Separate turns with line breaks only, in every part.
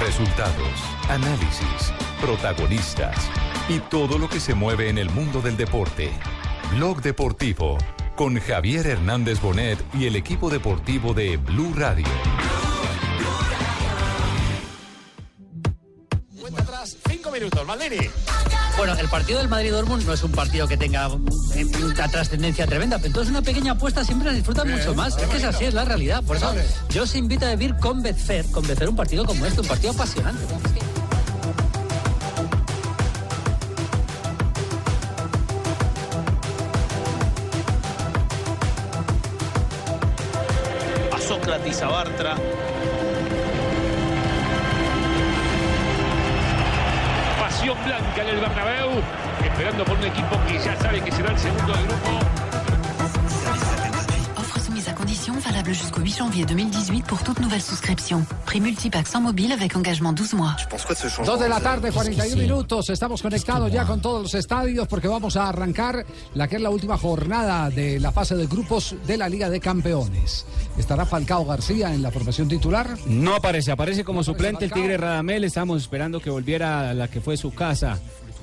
Resultados, análisis, protagonistas y todo lo que se mueve en el mundo del deporte. Blog Deportivo con Javier Hernández Bonet y el equipo deportivo de Blue Radio.
Cuenta atrás, cinco minutos, Maldini.
Bueno, el partido del Madrid-Dortmund no es un partido que tenga eh, una trascendencia tremenda, pero entonces una pequeña apuesta siempre la disfrutan mucho más. Es que es así, es la realidad. Por eso yo os invito a vivir con Betfair, con Betfair un partido como este, un partido apasionante.
a Sócrates, a Bartra.
Pasión blanca en el Bernabéu, esperando por un equipo que ya sabe que será el segundo del grupo.
Offre soumise à condition valable jusqu'au 8 janvier 2018 pour toute nouvelle souscription. Prix multipack sans mobile avec engagement 12 mois.
Dos de la
pues,
tarde, 41 minutos. Estamos conectados ya con todos los estadios porque vamos a arrancar la que es la última jornada de la fase de grupos de la Liga de Campeones. ¿Estará Falcao García en la formación titular?
No aparece, aparece como suplente el
Falcao.
Tigre Radamel. Estábamos esperando que volviera a la que fue su casa,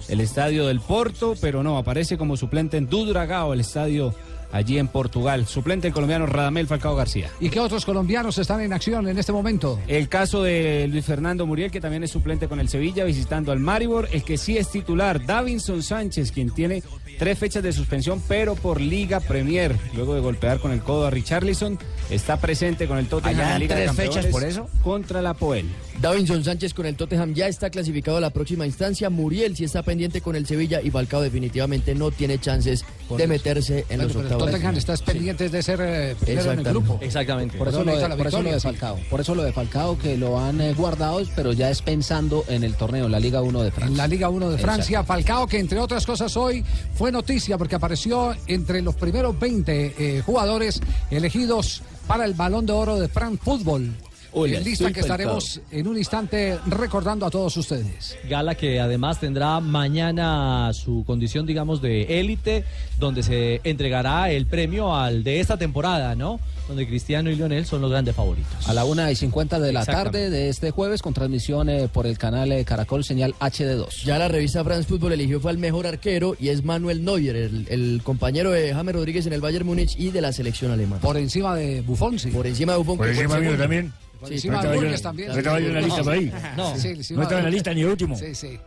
el estadio del Porto, pero no, aparece como suplente en Dudragao, el estadio allí en Portugal. Suplente el colombiano Radamel Falcao García.
¿Y qué otros colombianos están en acción en este momento?
El caso de Luis Fernando Muriel, que también es suplente con el Sevilla, visitando al Maribor. El que sí es titular, Davinson Sánchez, quien tiene tres fechas de suspensión, pero por Liga Premier. Luego de golpear con el codo a Richarlison, está presente con el Tottenham.
Allá
en la Liga de
tres fechas
Campeones
por eso.
Contra la Poel.
Davinson Sánchez con el Tottenham ya está clasificado a la próxima instancia. Muriel sí está pendiente con el Sevilla y Falcao definitivamente no tiene chances de meterse en
Bueno,
los
pero el
octavos.
Tottenham está pendiente de ser eh, primero en el
Exactamente.
grupo.
Exactamente.
Por eso lo de- por eso lo de
Falcao. Por eso lo de Falcao, que lo han eh, guardado, pero ya es pensando en el torneo, la Liga 1 de
En
Francia.
la Liga 1 de
Exacto.
Francia, Falcao, que entre otras cosas hoy fue noticia porque apareció entre los primeros 20 eh, jugadores elegidos para el Balón de Oro de France Football.
Hola,
Eh, lista
soy
que
Falcao.
estaremos en un instante recordando a todos ustedes.
Gala que además tendrá mañana su condición, digamos, de élite, donde se entregará el premio al de esta temporada, ¿no? Donde Cristiano y Lionel son los grandes favoritos.
A la 1 y 50 de la
Exactamente.
tarde de este jueves con transmisión eh, por el canal eh, Caracol Señal HD2.
Ya la revista France Football eligió fue al mejor arquero y es Manuel Neuer, el, el compañero de James Rodríguez en el Bayern Múnich y de la selección alemana.
Por encima de Buffon, sí.
Por encima de Buffon.
Por
que fue
encima
el
mío
segundo.
también. Por
Sí, no
encima de
estaba yo-
Borges también.
no estaba yo en la lista por ahí.
No, sí, sí,
No estaba en la lista ni el último.
Sí, sí.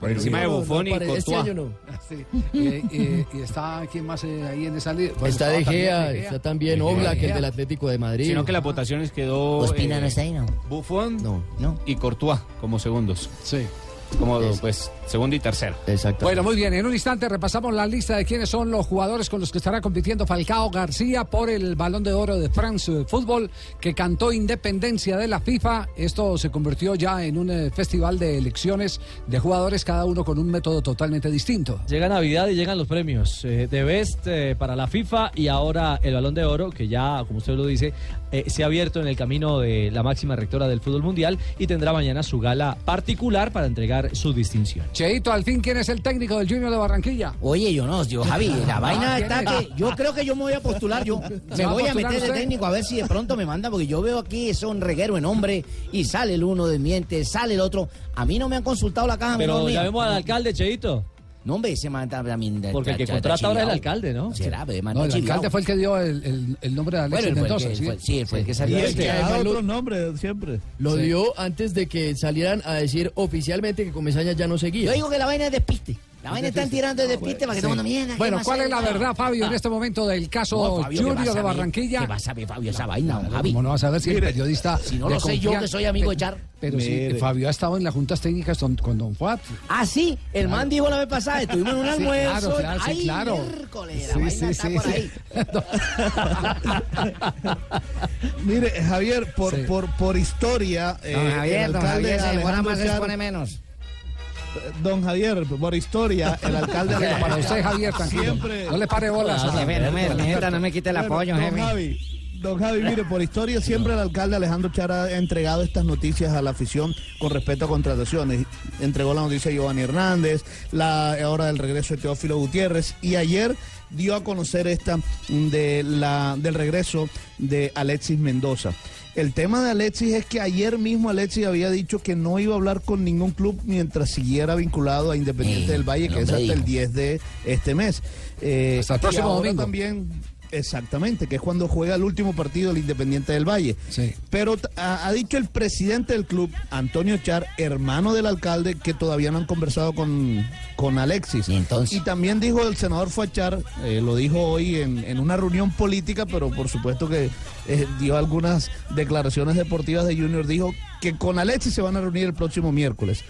Por encima de Buffon y
No, no, este
Courtois.
año no.
Sí. Eh, eh, y está, ¿quién más eh, ahí en esa lista? Bueno,
Pues está De
estaba
Gea,
también De Gea.
está también
De
Oblak,
Gea.
el del Atlético de Madrid.
Sino que las votaciones quedó eh, Buffon
No,
y Courtois como segundos.
Sí.
Como pues segundo y tercero.
exacto.
Bueno, muy bien. En un instante repasamos la lista de quiénes son los jugadores con los que estará compitiendo Falcao García por el Balón de Oro de France de Fútbol, que cantó independencia de la FIFA. Esto se convirtió ya en un eh, festival de elecciones de jugadores, cada uno con un método totalmente distinto.
Llega Navidad y llegan los premios eh, de Best eh, para la FIFA y ahora el Balón de Oro, que ya, como usted lo dice, eh, se ha abierto en el camino de la máxima rectora del fútbol mundial y tendrá mañana su gala particular para entregar su distinción.
Cheito, al fin, ¿quién es el técnico del Junior de Barranquilla? Ah,
Oye, yo no, yo, Javi, la
Ah,
vaina
¿quién
está
es?
que yo creo que yo me voy a postular, yo
¿Se
me
va a
voy a
postular
meter de
usted?
técnico a ver si de pronto me manda, porque yo veo aquí son reguero en hombre y sale el uno de miente, sale el otro. A mí no me han consultado la caja
Pero
menor mía.
llamemos al alcalde, Cheito,
No, hombre, ese manda a mí. de-
porque el que
está
contrata ahora es el
chivado.
alcalde, ¿no?
Será, ve,
No,
manda
el
chivado.
alcalde fue el que dio el, el- el nombre de Alexis
Bueno, él fue el
Mendoza.
que-
¿sí? este
él fue- sí, él fue el que salió.
el que ha dado otros
nombres siempre.
Lo
Sí.
dio antes de que salieran a decir oficialmente que Comesaña ya no seguía. Ah,
Yo digo que la vaina es despiste. La vaina están tirando de despiste para que todo el mundo mierda. ¿qué
Bueno,
más
¿cuál
hay? Ah.
es la verdad, Fabio, en este momento del caso
No, Fabio, ¿qué vas
Junior
a
de
ver?
Barranquilla?
¿Qué vas a ver, Fabio, esa vaina, don Javi?
Como no vas a ver si el periodista.
si no
de
lo sé yo,
confian-
que soy amigo de Char.
Pero sí,
Mire.
Fabio ha estado en las juntas técnicas don- con Don Fuat.
Ah, sí, el man dijo la vez pasada, estuvimos en un
Sí, claro,
almuerzo.
claro, sí,
Ay,
claro.
miércoles, la
Sí,
vaina
sí,
está
sí,
por
sí.
ahí.
Mire, Javier, por,
Sí.
por, por historia, eh,
Don Javier,
el
don
alcalde
Javier se demora
Alejandro
más, se
Char-
pone menos.
don Javier, por historia, el alcalde
Tranquilo, para
Alejandro
usted, Javier, tranquilo.
Siempre-
No le pare bolas. a-
Jefe, no me, neta, no me quite el
Bueno,
apoyo,
don
jefe.
Javi, don Javi, mire, por historia siempre el alcalde Alejandro Char ha entregado estas noticias a la afición con respecto a contrataciones. Entregó la noticia de Giovanni Hernández, la hora del regreso de Teófilo Gutiérrez y ayer dio a conocer esta mm, de la, del regreso de Alexis Mendoza. El tema de Alexis es que ayer mismo Alexis había dicho que no iba a hablar con ningún club mientras siguiera vinculado a Independiente
Sí,
del Valle,
el
que es hasta
hombre
el
dijo.
10 de este mes. Eh,
Hasta el
y
próximo
ahora
domingo.
también Exactamente, que es cuando juega el último partido el Independiente del Valle. Pero t- ha, ha dicho el presidente del club, Antonio Char, hermano del alcalde, que todavía no han conversado con, con Alexis. ¿Y, también dijo el senador Fachar, eh, lo dijo hoy en, en una reunión política, pero por supuesto que eh, dio algunas declaraciones deportivas de Junior, dijo que con Alexis se van a reunir el próximo miércoles.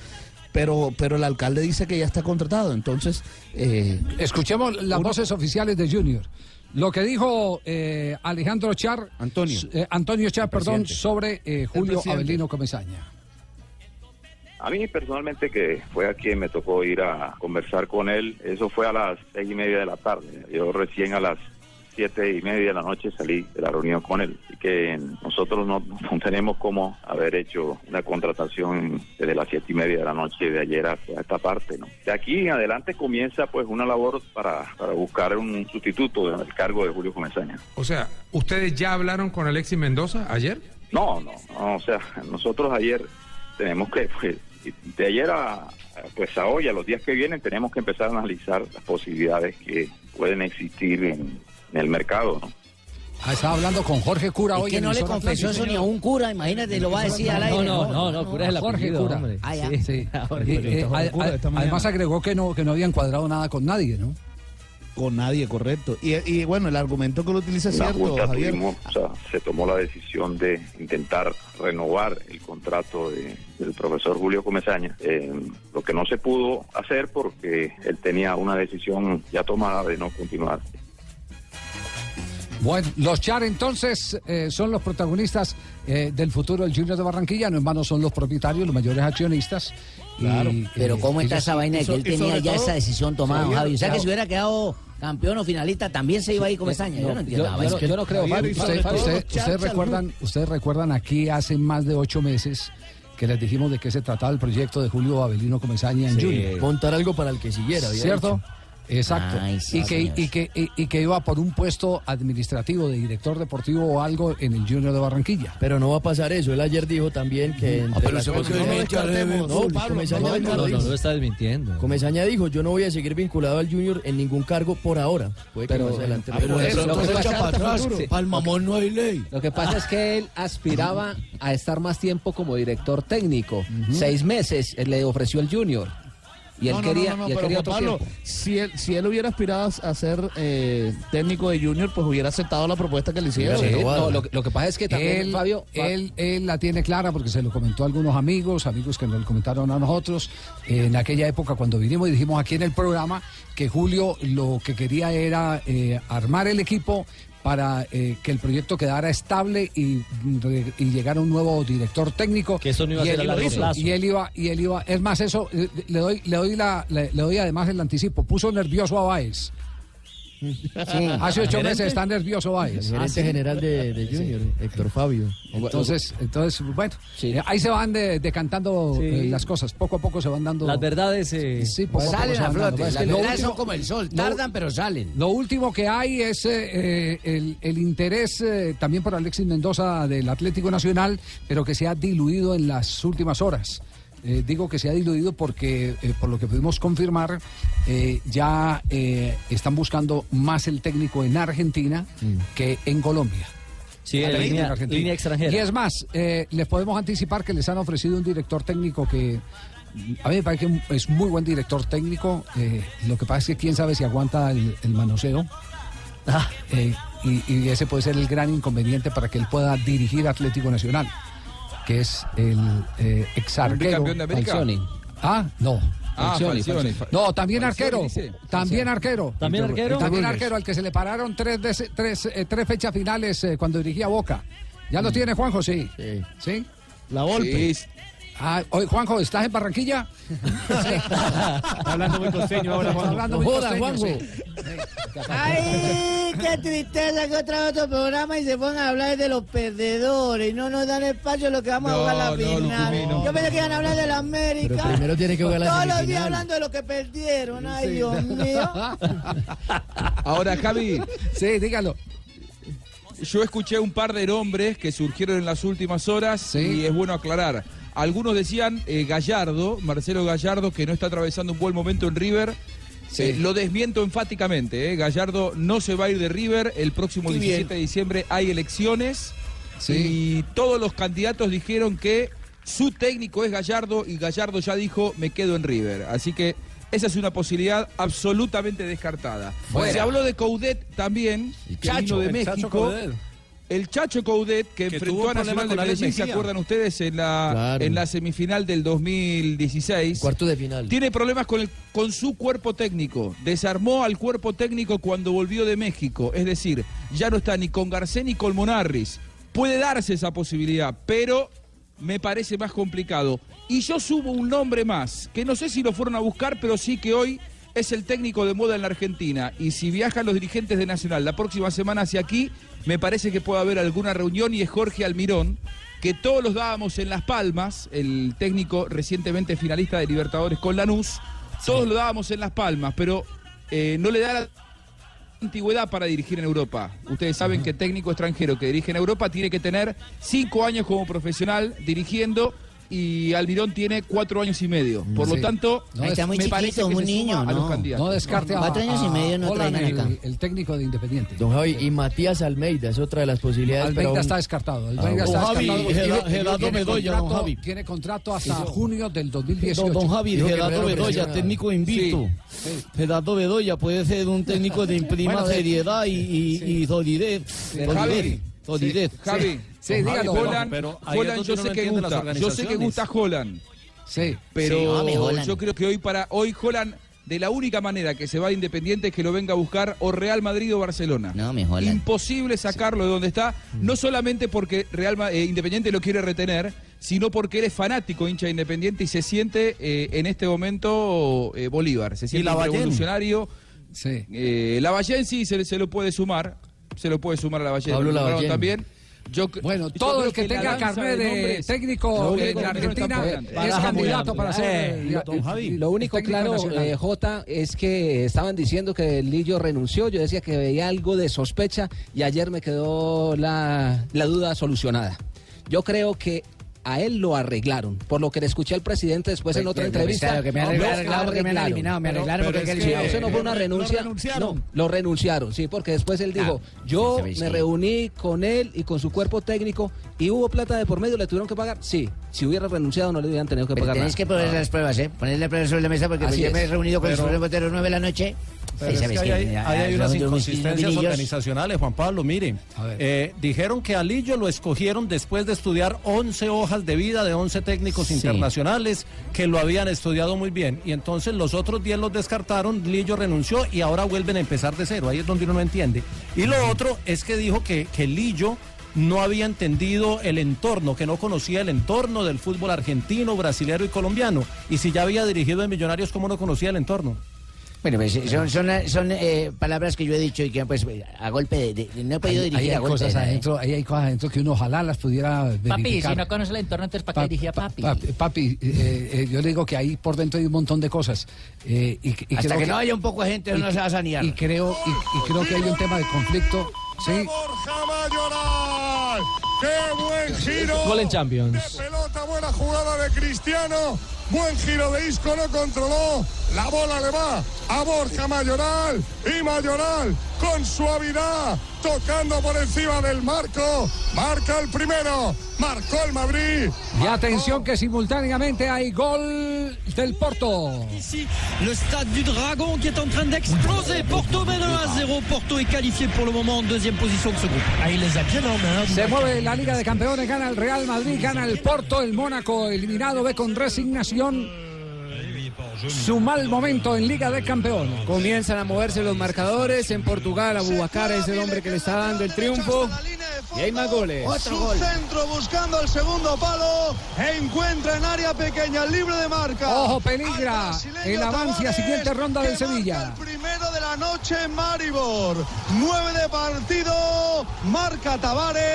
Pero, pero el alcalde dice que ya está contratado, entonces... eh,
Escuchemos las
uno-
voces oficiales de Junior. Lo que dijo eh, Alejandro Char, Antonio, Antonio Char, perdón,
presidente.
sobre eh, Julio
presidente.
Avelino Comesaña.
A mí personalmente, que fue a quien me tocó ir a conversar con él, eso fue a las seis y media de la tarde. Yo recién a las siete y media de la noche salí de la reunión con él. Así que nosotros no, no tenemos cómo haber hecho una contratación desde las siete y media de la noche de ayer hasta esta parte. ¿no? De aquí en adelante comienza pues una labor para, para buscar un sustituto del cargo de Julio Comesaña.
O sea, ¿ustedes ya hablaron con Alexis Mendoza ayer?
No, no, no, o sea, nosotros ayer tenemos que, pues, de ayer a, pues a hoy, a los días que vienen, tenemos que empezar a analizar las posibilidades que pueden existir en, en el mercado, ¿no?
Ah, estaba hablando con Jorge Cura
Es
hoy
que
en
no le
Emisora
confesó
Atlántico.
eso ni a un cura, imagínate, lo va a decir al aire.
Jorge Cura.
Ah, ya.
Sí, sí. Y, eh, ad- ad- además agregó que no, que no habían cuadrado
Ah,
nada con nadie, ¿no?
Con nadie, correcto. Y, y bueno, el argumento que lo utiliza es
En la
cierto,
Junta
Javier.
tuvimos, o sea, se tomó la decisión de intentar renovar el contrato de- del profesor Julio Comesaña, eh, lo que no se pudo hacer porque él tenía una decisión ya tomada de no continuar.
Bueno, los Char entonces eh, son los protagonistas eh, del futuro del Junior de Barranquilla, no en vano son los propietarios, los mayores accionistas.
Claro,
Y,
pero
eh,
¿cómo está
ellos-
esa vaina de que él tenía ya esa decisión tomada, don Javi? O sea, que si hubiera quedado campeón o finalista, también se iba a ir
Eh,
con Mesaña. Yo no entiendo.
yo-
nada,
yo
es
no-
que-
yo no creo,
Javier,
Fabio,
y
Fabio, Fabio,
sobre todo
Usted-
los
ustedes
charchas,
recuerdan, ustedes recuerdan aquí hace más de ocho meses que les dijimos de qué se trataba el proyecto de Julio Avelino Comesaña en
Sí,
Junior.
Montar algo para el que siguiera. había
¿Cierto?
dicho.
Exacto.
Ay, sí,
y, que,
señor.
y, que, y- y que iba por un puesto administrativo de director deportivo o algo en el Junior de Barranquilla.
Pero no va a pasar eso. Él ayer dijo también que. entre
pero
las
se
cosas-
volvió
No,
hincha de
descartemos.
Junior.
No, Pablo,
No,
Comesaña
no,
mismo
no,
lo
no
dijo.
lo está desmintiendo.
Comesaña dijo: Yo no voy a seguir vinculado al Junior en ningún cargo por ahora. Puede que
Pero-
más adelante.
Ah, pero eso, lo que pasa- Sí.
Al mamón no hay ley.
Lo que pasa es que él aspiraba a estar más tiempo como director técnico. Seis meses eh, le ofreció el Junior. Y él
No, no,
quería,
no, no,
y él
pero
quería
Juan
otro
Pablo,
tiempo.
si él, si él hubiera aspirado a ser eh, técnico de Junior, pues hubiera aceptado la propuesta que le hicieron.
Sí, no, lo, que- lo que pasa es que también
él,
Fabio... Fa-
él, él la tiene clara porque se lo comentó a algunos amigos, amigos que nos lo comentaron a nosotros. En aquella época cuando vinimos y dijimos aquí en el programa que Julio lo que quería era eh, armar el equipo para eh, que el proyecto quedara estable y, re- y llegara un nuevo director técnico. Que
eso no iba a
y
ser
él
a
lo
largo
hizo.
plazo.
Y él iba, y él iba, es más eso, eh, le doy, le doy la, le, le doy además el anticipo, puso nervioso a Baez. Hace ocho
¿Gerente?
meses está nervioso
El
Baez. Ah,
gerente general de, de Junior, Héctor Fabio.
Entonces, entonces bueno, eh, ahí se van de- decantando eh, las cosas. Poco a poco se van dando.
Las verdades, eh,
sí, poco poco
Salen
se
a
van dando.
flote.
Es
Las
que lo
verdades
último-
son como el sol.
lo-
Tardan, pero salen.
Lo último que hay es eh, eh, el, el interés eh, también por Alexis Mendoza del Atlético Nacional, pero que se ha diluido en las últimas horas. Eh, digo que se ha diluido porque, eh, por lo que pudimos confirmar, eh, ya eh, están buscando más el técnico en Argentina que en Colombia.
Sí, en
Atlético
línea-
Argentina.
línea extranjera.
Y es más, eh, les podemos anticipar que les han ofrecido un director técnico que mm, a mí me parece que es muy buen director técnico. eh, lo que pasa es que quién sabe si aguanta el, el manoseo. Eh, y, y ese puede ser el gran inconveniente para que él pueda dirigir Atlético Nacional, que es el eh, ex arquero.
Bicampeón de América.
Falcioni. Ah, no.
Ah,
Falcioni,
Falcioni.
Falcioni. No, también arquero. También arquero.
¿También arquero?
También
Víctor
arquero, al que se le pararon tres, veces- tres, eh, tres fechas finales eh, cuando dirigía Boca. ¿Ya lo tiene Juanjo? Sí. Sí.
La
golpe. Ah, oye, Juanjo, ¿estás en Barranquilla?
hablando muy costeño ahora,
Está
Juanjo.
hablando muy
Joda,
costeño,
Juanjo.
sí.
¡Ay, qué tristeza que otra vez otro programa y se pongan a hablar de los perdedores! No nos dan espacio a lo que vamos a
No,
jugar la
no,
final.
Lucumí, no.
Yo pensé que iban a hablar de la América.
Pero primero tiene que jugar la
Todos los días
semifinal.
hablando de lo que perdieron. ¡Ay, Dios mío!
Ahora, Javi.
Sí, dígalo.
Yo escuché un par de nombres que surgieron en las últimas horas y es bueno aclarar. Algunos decían eh, Gallardo, Marcelo Gallardo, que no está atravesando un buen momento en River. Eh, lo desmiento enfáticamente. eh. Gallardo no se va a ir de River. El próximo
Qué bien.
17 de diciembre hay elecciones. Y todos los candidatos dijeron que su técnico es Gallardo y Gallardo ya dijo me quedo en River. Así que esa es una posibilidad absolutamente descartada.
Fuera.
Se habló de Coudet también,
qué
Chacho
vino
de
el Chacho
México.
Coudet?
el Chacho Coudet que,
Que
enfrentó
tuvo un
a
problema
Nacional de
con Alex
Medellín, ¿se
Mejía.
acuerdan ustedes? En la,
Claro.
en la semifinal del 2016.
Cuarto de final.
Tiene problemas con, el- con su cuerpo técnico. Desarmó al cuerpo técnico cuando volvió de México. Es decir, ya no está ni con Garcés ni con Monarris. Puede darse esa posibilidad, pero me parece más complicado. Y yo subo un nombre más, que no sé si lo fueron a buscar, pero sí que hoy es el técnico de moda en la Argentina. Y si viajan los dirigentes de Nacional la próxima semana hacia aquí, me parece que puede haber alguna reunión y es Jorge Almirón, que todos los dábamos en Las Palmas, el técnico recientemente finalista de Libertadores con Lanús, todos lo dábamos en Las Palmas, pero eh, no le da la antigüedad para dirigir en Europa. Ustedes saben que técnico extranjero que dirige en Europa tiene que tener cinco años como profesional dirigiendo y Almirón tiene cuatro años y medio. Por
Sí.
lo tanto,
No, está muy
me parece
chiquito,
que
muy
se suma
niño,
a los
no.
candidatos.
No descarte a-
Cuatro años y medio no
Holland,
traen acá.
el, el técnico de Independiente.
Don Javi, y Matías Almeida es otra de las posibilidades.
Almeida
pero aún-
está descartado.
Ah,
Almeida está
bueno.
descartado. pues, Tiene- tiene
Gerardo Bedoya, don
contrato-
Javi.
Tiene contrato hasta
Eso.
junio del 2018.
Don, don Javi,
Digo que
Gerardo
primero
Bedoya,
presiona.
técnico invicto. Gerardo Bedoya puede ser un técnico de imprima
Bueno, de-
seriedad y, y- y solidez.
De
solidez,
Javi.
solidez.
Sí, Javi, Holland, Holland yo sé que gusta. Yo sé que gusta Holland.
Sí.
Pero
Sí, mami, Holland.
yo creo que hoy para hoy Holland de la única manera que se va a Independiente es que lo venga a buscar o Real Madrid o Barcelona. No, Imposible sacarlo de donde está, no solamente porque Real Ma- eh, Independiente lo quiere retener, sino porque él es fanático hincha de Independiente y se siente eh, en este momento eh, Bolívar, se siente un
Lavallén?
revolucionario.
Sí.
Eh, Lavallén sí se, se lo puede sumar, se lo puede sumar a Lavallén.
Pablo
Lo nombraron
Lavallén.
también. Yo, bueno,
Todo el que, tenga carnet de, técnico en la Argentina es candidato para ser.
Eh,
eh,
y Lo único
técnico
claro,
nacional.
eh, Jota, es que estaban diciendo que Lillo renunció. Yo decía que veía algo de sospecha y ayer me quedó la, la duda solucionada. Yo creo que a él lo arreglaron, por lo que le escuché al presidente después en
Pues,
otra
que- que me
entrevista.
está- que me han
lo
arreglado, arreglado, que me han eliminado, me
Pero-
arreglaron
pero
porque
es
él
que
llegó.
eso no fue una
Lo
renuncia.
renunciaron. Ah,
No, lo renunciaron, sí, porque después él dijo, yo me reuní con él y con su cuerpo técnico y hubo plata de por medio, le tuvieron que pagar. Sí, si hubiera renunciado no le hubieran tenido que
Pero
pagar.
tenéis que poner las pruebas, ¿eh? Poner las pruebas sobre la mesa porque pues,
Así
yo me he
es.
reunido con
Pero-
el los de las 9 de la noche.
Pero
Ahí
es
sabes
que ahí hay,
quién,
ahí hay
ah,
unas
los- los
inconsistencias
grillos.
organizacionales, Juan Pablo. Miren, eh, dijeron que a Lillo lo escogieron después de estudiar 11 hojas de vida de 11 técnicos
Sí.
internacionales que lo habían estudiado muy bien. Y entonces los otros 10 los descartaron, Lillo renunció y ahora vuelven a empezar de cero. Ahí es donde uno no entiende. Y lo otro es que dijo que, que Lillo no había entendido el entorno, que no conocía el entorno del fútbol argentino, brasilero y colombiano. Y si ya había dirigido en Millonarios, ¿cómo no conocía el entorno?
Bueno, pues eh, son, son, eh, son eh, palabras que yo he dicho y que pues eh, a golpe de, de- no he podido
Ahí- ahí
dirigir a
hay
golpe de
cosas
nada, ¿eh?
adentro, ahí hay cosas adentro que uno ojalá las pudiera verificar.
Papi, si no conoce el entorno, entonces ¿para qué dirigía papi?
Papi, papi, eh, eh, yo le digo que ahí por dentro hay un montón de cosas. eh, y, y
Hasta
creo
que no haya un poco de gente,
y
uno
que-
se va a sanear.
Y creo, y, y creo que hay un tema de conflicto. Sí,
Borja Mayoral. ¡Qué buen giro!
Gol en Champions.
De pelota, buena jugada de Cristiano. Buen giro de Isco, no controló. La bola le va a Borja Mayoral. Y Mayoral, con suavidad, tocando por encima del marco. Marca el primero. Marcó el Madrid.
Y atención que simultáneamente hay gol del Porto.
Oh. Ici, le stade du Dragon qui est en train d'exploser. Porto mène 1 0. Porto est qualifié pour le moment en deuxième position de ce groupe. Ah, il les a bien en main.
Se mueve la Liga de Campeones, gana el Real Madrid, gana el Porto, el Mónaco eliminado ve con resignación su mal momento en Liga de Campeones.
Comienzan a moverse los marcadores en Portugal. Abubacar es el hombre que le está dando el triunfo. Y hay más goles.
Su centro buscando el segundo palo. e Encuentra en área pequeña, libre de marca.
Ojo, peligra el avance a siguiente ronda del Sevilla.
Primero de la
la noche en Maribor. 9 de partido, marca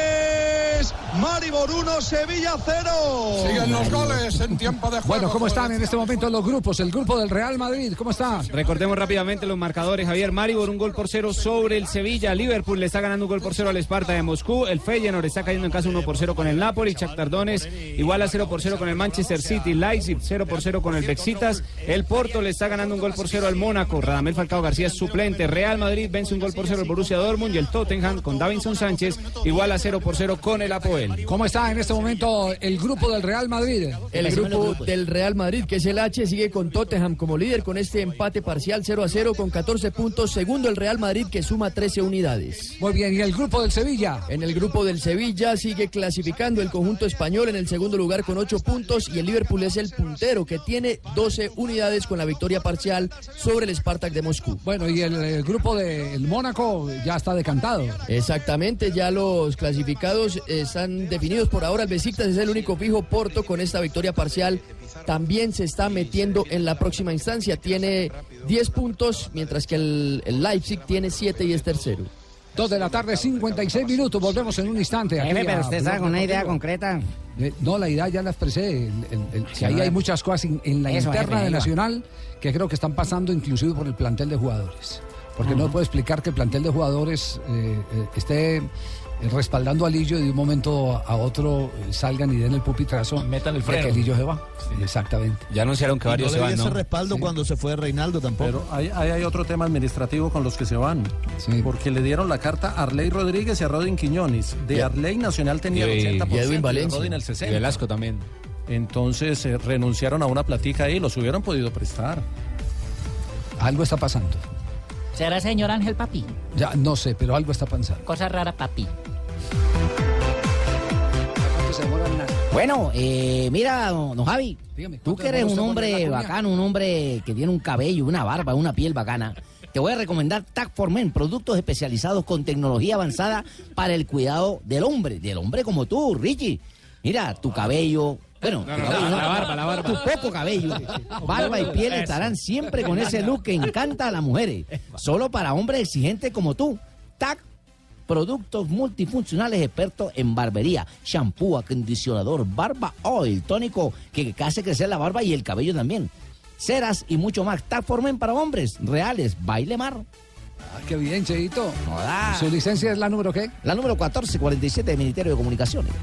Tavares. Maribor 1, Sevilla 0.
Siguen los goles en tiempo de juego.
Bueno, ¿cómo están en este momento los grupos? El grupo del Real Madrid, ¿cómo está?
Recordemos rápidamente los marcadores. Javier Maribor, un gol por cero sobre el Sevilla. Liverpool le está ganando un gol por cero al Esparta de Moscú. El Feyenoord está cayendo en casa 1 por 0 con el Napoli. Shakhtar Donetsk igual a 0 por 0 con el Manchester City. Leipzig 0 por 0 con el Bexitas. El Porto le está ganando un gol por cero al Mónaco. Radamel Falcao García es suplente. Real Madrid vence un gol por cero al Borussia Dortmund. Y el Tottenham con Davinson Sánchez igual a 0 por 0 con el Apoel.
¿Cómo está en este momento el grupo del Real Madrid?
El grupo del Real Madrid, que es el H, sigue con Tottenham como líder con este empate parcial 0 a 0 con 14 puntos. Segundo el Real Madrid que suma 13 unidades.
Muy bien, ¿y el grupo del Sevilla?
En el grupo del Sevilla sigue clasificando el conjunto español en el segundo lugar con 8 puntos y el Liverpool es el puntero que tiene 12 unidades con la victoria parcial sobre el Spartak de Moscú.
Bueno, y el, el grupo del Mónaco ya está decantado.
Exactamente, ya los clasificados están definidos por ahora. El Besiktas es el único fijo Porto con esta victoria parcial. También se está metiendo en la próxima instancia. Tiene 10 puntos, mientras que el, el Leipzig tiene 7 y es tercero.
Dos de la tarde, 56 minutos. Volvemos en un instante. aquí
Jefe, Eh, pero
a
usted está
Blog
con una idea
Deportivo.
concreta.
Eh, No, la idea ya la expresé. el- el- el- si
no,
ahí
la-
hay muchas cosas in- en la
Eso, jefe,
interna
ahí
de
va.
Nacional que creo que están pasando inclusive por el plantel de jugadores. Porque no puedo explicar que el plantel de jugadores eh, eh, esté eh, respaldando a Lillo y de un momento a otro eh, salgan y den el pupitrazo. Metan el
freno.
Que Lillo se va. Exactamente.
Ya anunciaron que
Y varios
no
se
le
van,
di ese
¿no?
respaldo cuando se fue Reinaldo tampoco.
Pero ahí ahí hay, otro tema administrativo con los que se van. Porque le dieron la carta a Arley Rodríguez y a Rodin Quiñones. De
Y-
Arley Nacional tenía
y-
el 80%
y Edwin
de
Valencia.
Rodin el 60%.
Y Velasco
también. Entonces eh, renunciaron a una platica ahí y los hubieran podido prestar.
Algo está pasando.
¿Será señor Ángel Papi?
Ya no sé, pero algo está pasando.
Cosa rara, Papi.
Bueno, eh, mira, don, don Javi, tú que eres un
¿cómo está
hombre
con la comida?
bacano, un hombre que tiene un cabello, una barba, una piel bacana, te voy a recomendar Tac for Men, productos especializados con tecnología avanzada para el cuidado del hombre, del hombre como tú, Richie. Mira, tu cabello, bueno, tu
no,
cabello,
la- la barba, la barba.
Tu poco cabello, barba y piel
Eso.
estarán siempre con ese look que encanta a las mujeres, solo para hombres exigentes como tú. Tac Productos multifuncionales expertos en barbería, shampoo, acondicionador, barba oil, tónico que hace crecer la barba y el cabello también. Ceras y mucho más. Tag formen para hombres reales. Baile mar.
Ah, qué bien, Cheito.
Hola.
¿Su licencia es la número qué?
La número 1447 del Ministerio de Comunicaciones.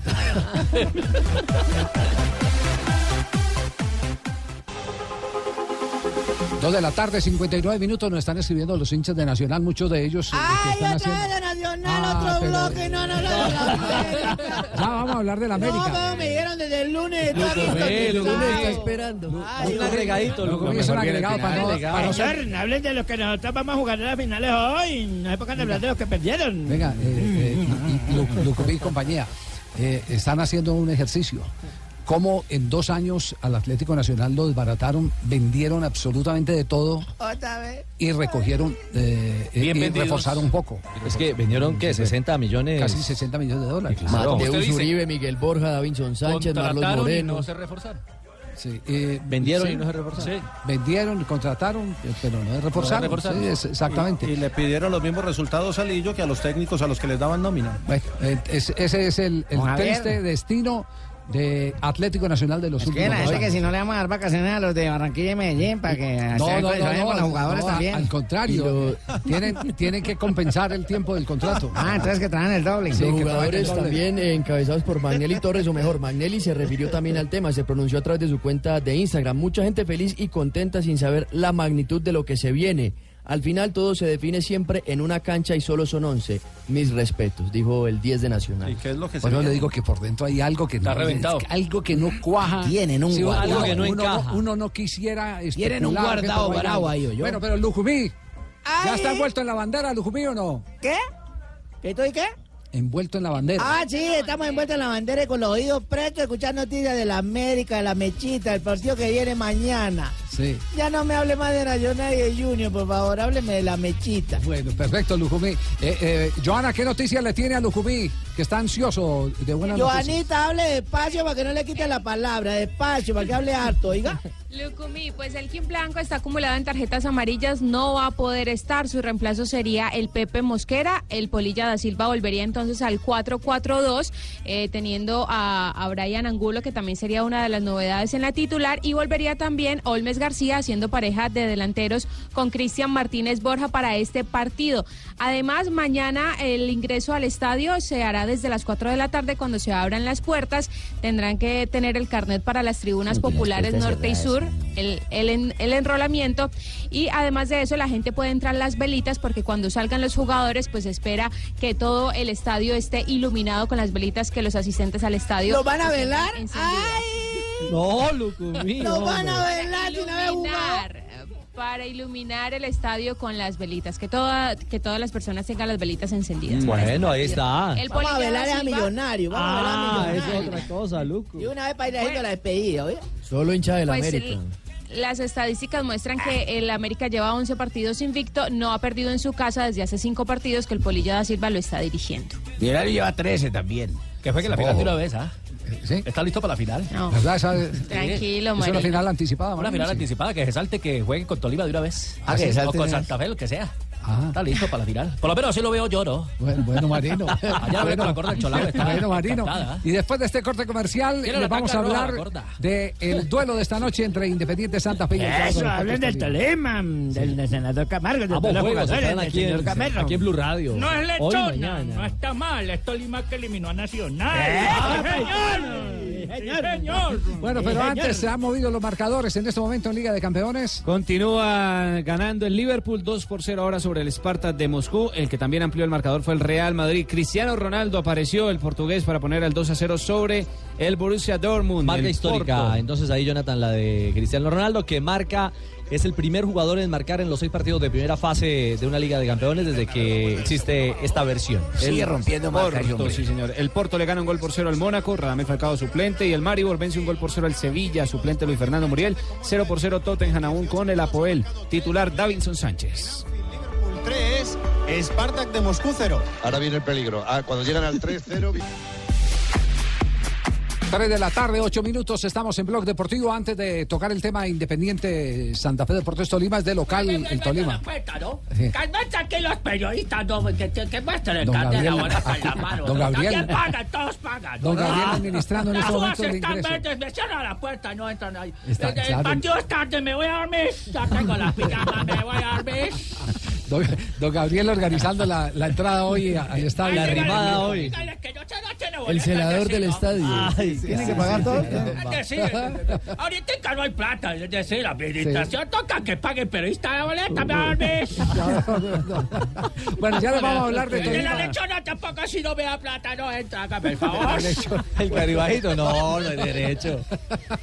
Dos de la tarde, 59 minutos, nos están escribiendo los hinchas de Nacional, muchos de ellos. eh, que están haciendo...
Nacional,
Ah,
otro
pero-
bloque, no han hablado de la América.
Ya Ah, vamos a hablar de la América.
No, pero me dijeron desde el lunes. está
Lucho,
listo,
ve,
está
Lucho,
listo.
está
esperando.
Ay,
Un
Lucho.
agregadito, Lucho. Lo que es un agregado para no- para no ser-
Señor, hablen de los que nosotros vamos a jugar en las finales hoy. No es porque han de hablar de los que perdieron.
Venga, eh, eh, y- y Lu- Lucoví y compañía, eh, están haciendo un ejercicio. Cómo en dos años al Atlético Nacional lo desbarataron, vendieron absolutamente de todo
Otra vez.
y recogieron eh,
Bien
y
vendidos.
reforzaron un poco.
Es que vendieron, ¿qué? 60 millones.
Casi 60 millones de dólares.
Mateus Uribe, Miguel Borja, Davinson Sánchez, Marlon
Contrataron y
Moreno.
no se
reforzaron.
Sí, eh,
Vendieron
sí.
y no se reforzaron.
Sí. Vendieron, contrataron, eh, pero no se reforzaron.
reforzaron.
sí, es- exactamente.
Y, y le pidieron los mismos resultados a Lillo que a los técnicos a los que les daban nómina.
Bueno, eh, es- ese es el, el
Don Javier.
triste destino de Atlético Nacional de los
Que
últimos
la
dos
gente que
años.
si no le vamos a dar vacaciones a los de Barranquilla y Medellín para que
No,
se
no, no,
vayan con
no,
los jugadores
no,
también.
Al contrario, tienen, tienen que compensar el tiempo del contrato.
Ah, entonces que traen el doble.
Los jugadores también eh, encabezados por Magnelli Torres, o mejor, Magnelli se refirió también al tema, se pronunció a través de su cuenta de Instagram. Mucha gente feliz y contenta sin saber la magnitud de lo que se viene. Al final todo se define siempre en una cancha y solo son 11. Mis respetos, dijo el 10 de Nacional. ¿Y
qué es lo que
Pues yo le digo que por dentro hay algo que
Está
no,
reventado.
algo que no cuaja.
Tienen un
Sí,
guardado. Algo que no
uno
encaja.
Uno no quisiera este, especular.
Tienen un guardado
que esto vaya-
bravo ahí, oyó.
Bueno, pero Lujubí, ¿ya está envuelto en la bandera Lujubí o no?
¿Qué? ¿Qué estoy qué?
Envuelto en la bandera.
Ah, sí, estamos envueltos en la bandera y con los oídos prestos a escuchar noticias de la América, de la Mechita, el partido que viene mañana.
Sí.
Ya no me hable más de Nacional y de Junior, por favor, hábleme de la Mechita.
Bueno, perfecto, Lujubí. Eh, eh, Joana, ¿qué noticia le tiene a Lujubí? Que está ansioso de buena noticia.
Joanita, hable despacio para que no le quiten la palabra, despacio, para que hable harto, oiga.
Lucumí, pues el Kim Blanco está acumulado en tarjetas amarillas, no va a poder estar. Su reemplazo sería el Pepe Mosquera. El Polilla da Silva volvería entonces al 4-4-2, eh, teniendo a, a Brian Angulo, que también sería una de las novedades en la titular. Y volvería también Olmes García, haciendo pareja de delanteros con Cristian Martínez Borja para este partido. Además, mañana el ingreso al estadio se hará desde las 4 de la tarde cuando se abran las puertas. Tendrán que tener el carnet para las tribunas populares
puertas
norte y
cerradas.
sur sur, el, el en- el enrolamiento y además de eso la gente puede entrar las velitas porque cuando salgan los jugadores pues espera que todo el estadio esté iluminado con las velitas que los asistentes al estadio
¿Lo van a
tienen
velar?
encendidas.
No, Lucumí.
Lo van a ver
Para
de una vez
iluminar, para iluminar el estadio con las velitas, que toda, que todas las personas tengan las velitas encendidas.
Bueno, ahí está.
El
Vamos a
Polilla
velar a
Silva-
millonario, vamos a
Ah,
velar a
es
millonario.
otra cosa, Luco.
Y una vez para ir haciendo la despedida, ¿oye?
Solo hincha del
Pues,
América.
Las estadísticas muestran que el América lleva 11 partidos invicto, no ha perdido en su casa desde hace 5 partidos que el Polilla da Silva lo está dirigiendo.
Millonario lleva 13 también.
Que fue que
la
final de
una
vez, ¿ah?
¿Está listo para la final?
No.
Eh, ¿Verdad? Esa- eh,
Tranquilo,
es una
María.
final anticipada.
Una
Manuel,
final
sí.
anticipada, que se salte, que juegue con Tolima de una vez.
Ah, que se
o
salte
con
de- Ah.
Santa Fe, lo que sea. Está listo para la final. Por lo menos así lo veo yo, ¿no?
Bueno, bueno, Marino.
Allá hablé con la gorda del Cholao, está
Bueno, Marino.
encantada.
Y después de este corte comercial,
Tiene
le
la
vamos a
placa roja,
hablar
la gorda.
del duelo de esta noche entre Independiente Santa Fe y el Clásico
Eso,
de
hablen del
Patriotas.
Tolima, del senador Camargo, del
Ambos
de los
juegos
jugadores,
están
del
aquí
señor
en,
Camargo.
aquí en Blue Radio.
No es
Hoy,
lechona,
mañana.
no está mal, es Tolima que eliminó a
¡Eh!
Nacional. ¡Sí, señor! ¡Sí, señor!
Bueno, pero antes se han movido los marcadores en este momento en Liga de Campeones.
Continúa ganando el Liverpool 2 por 0 ahora sobre el Sparta de Moscú. El que también amplió el marcador fue el Real Madrid. Cristiano Ronaldo apareció el portugués para poner el 2 a 0 sobre el Borussia Dortmund.
Marca
el
histórica.
Porto.
Entonces ahí Jonathan, la de Cristiano Ronaldo, que marca, es el primer jugador en marcar en los seis partidos de primera fase de una Liga de Campeones desde que existe esta versión.
El
marcas,
Porto, sí, señor. El Porto le gana un gol por cero al Mónaco, Radamel Falcao suplente y el Maribor vence un gol por cero al Sevilla, suplente Luis Fernando Muriel, 0 por 0 Tottenham aún con el Apoel, titular Davinson Sánchez.
3, Spartak de Moscú 0. Ahora viene el peligro. Ah, cuando llegan al 3-0. vi-
3 de la tarde, 8 minutos, estamos en Blog Deportivo. Antes de tocar el tema Independiente Santa Fe Deportes Tolima, es de local el Tolima.
Cuenta, ¿no?
Sí.
Cálmense pues, aquí los periodistas, no, porque te- que muestran el
Don
carnet
Gabriel.
ahora con la mano.
Don
¿no?
Gabriel.
También pagan, todos pagan.
Don
¿no?
Gabriel administrando en
Las
este
uvas
momento el
están
ingreso.
verdes, me cierran la puerta, no entran ahí.
Está-
Eh, eh,
saben-
el partido es tarde, me voy a dormir. Ya tengo la pijama, me voy a dormir.
Don, don Gabriel organizando la, la entrada hoy a- al estadio.
Ay, dígale,
arrimada
dígale que yo esta noche no voy
El
a estar
celador del
así, ¿no?
estadio.
¿Tiene que pagar todo?
Es decir, ahorita no hay plata, es decir, la administración toca que pague el periodista de boleta, me voy a dormir.
Bueno, ya le vamos a hablar de
El de la
Tolima.
lechona tampoco si no me da plata, no entra, hágame el favor.
El caribajito, no, no es derecho.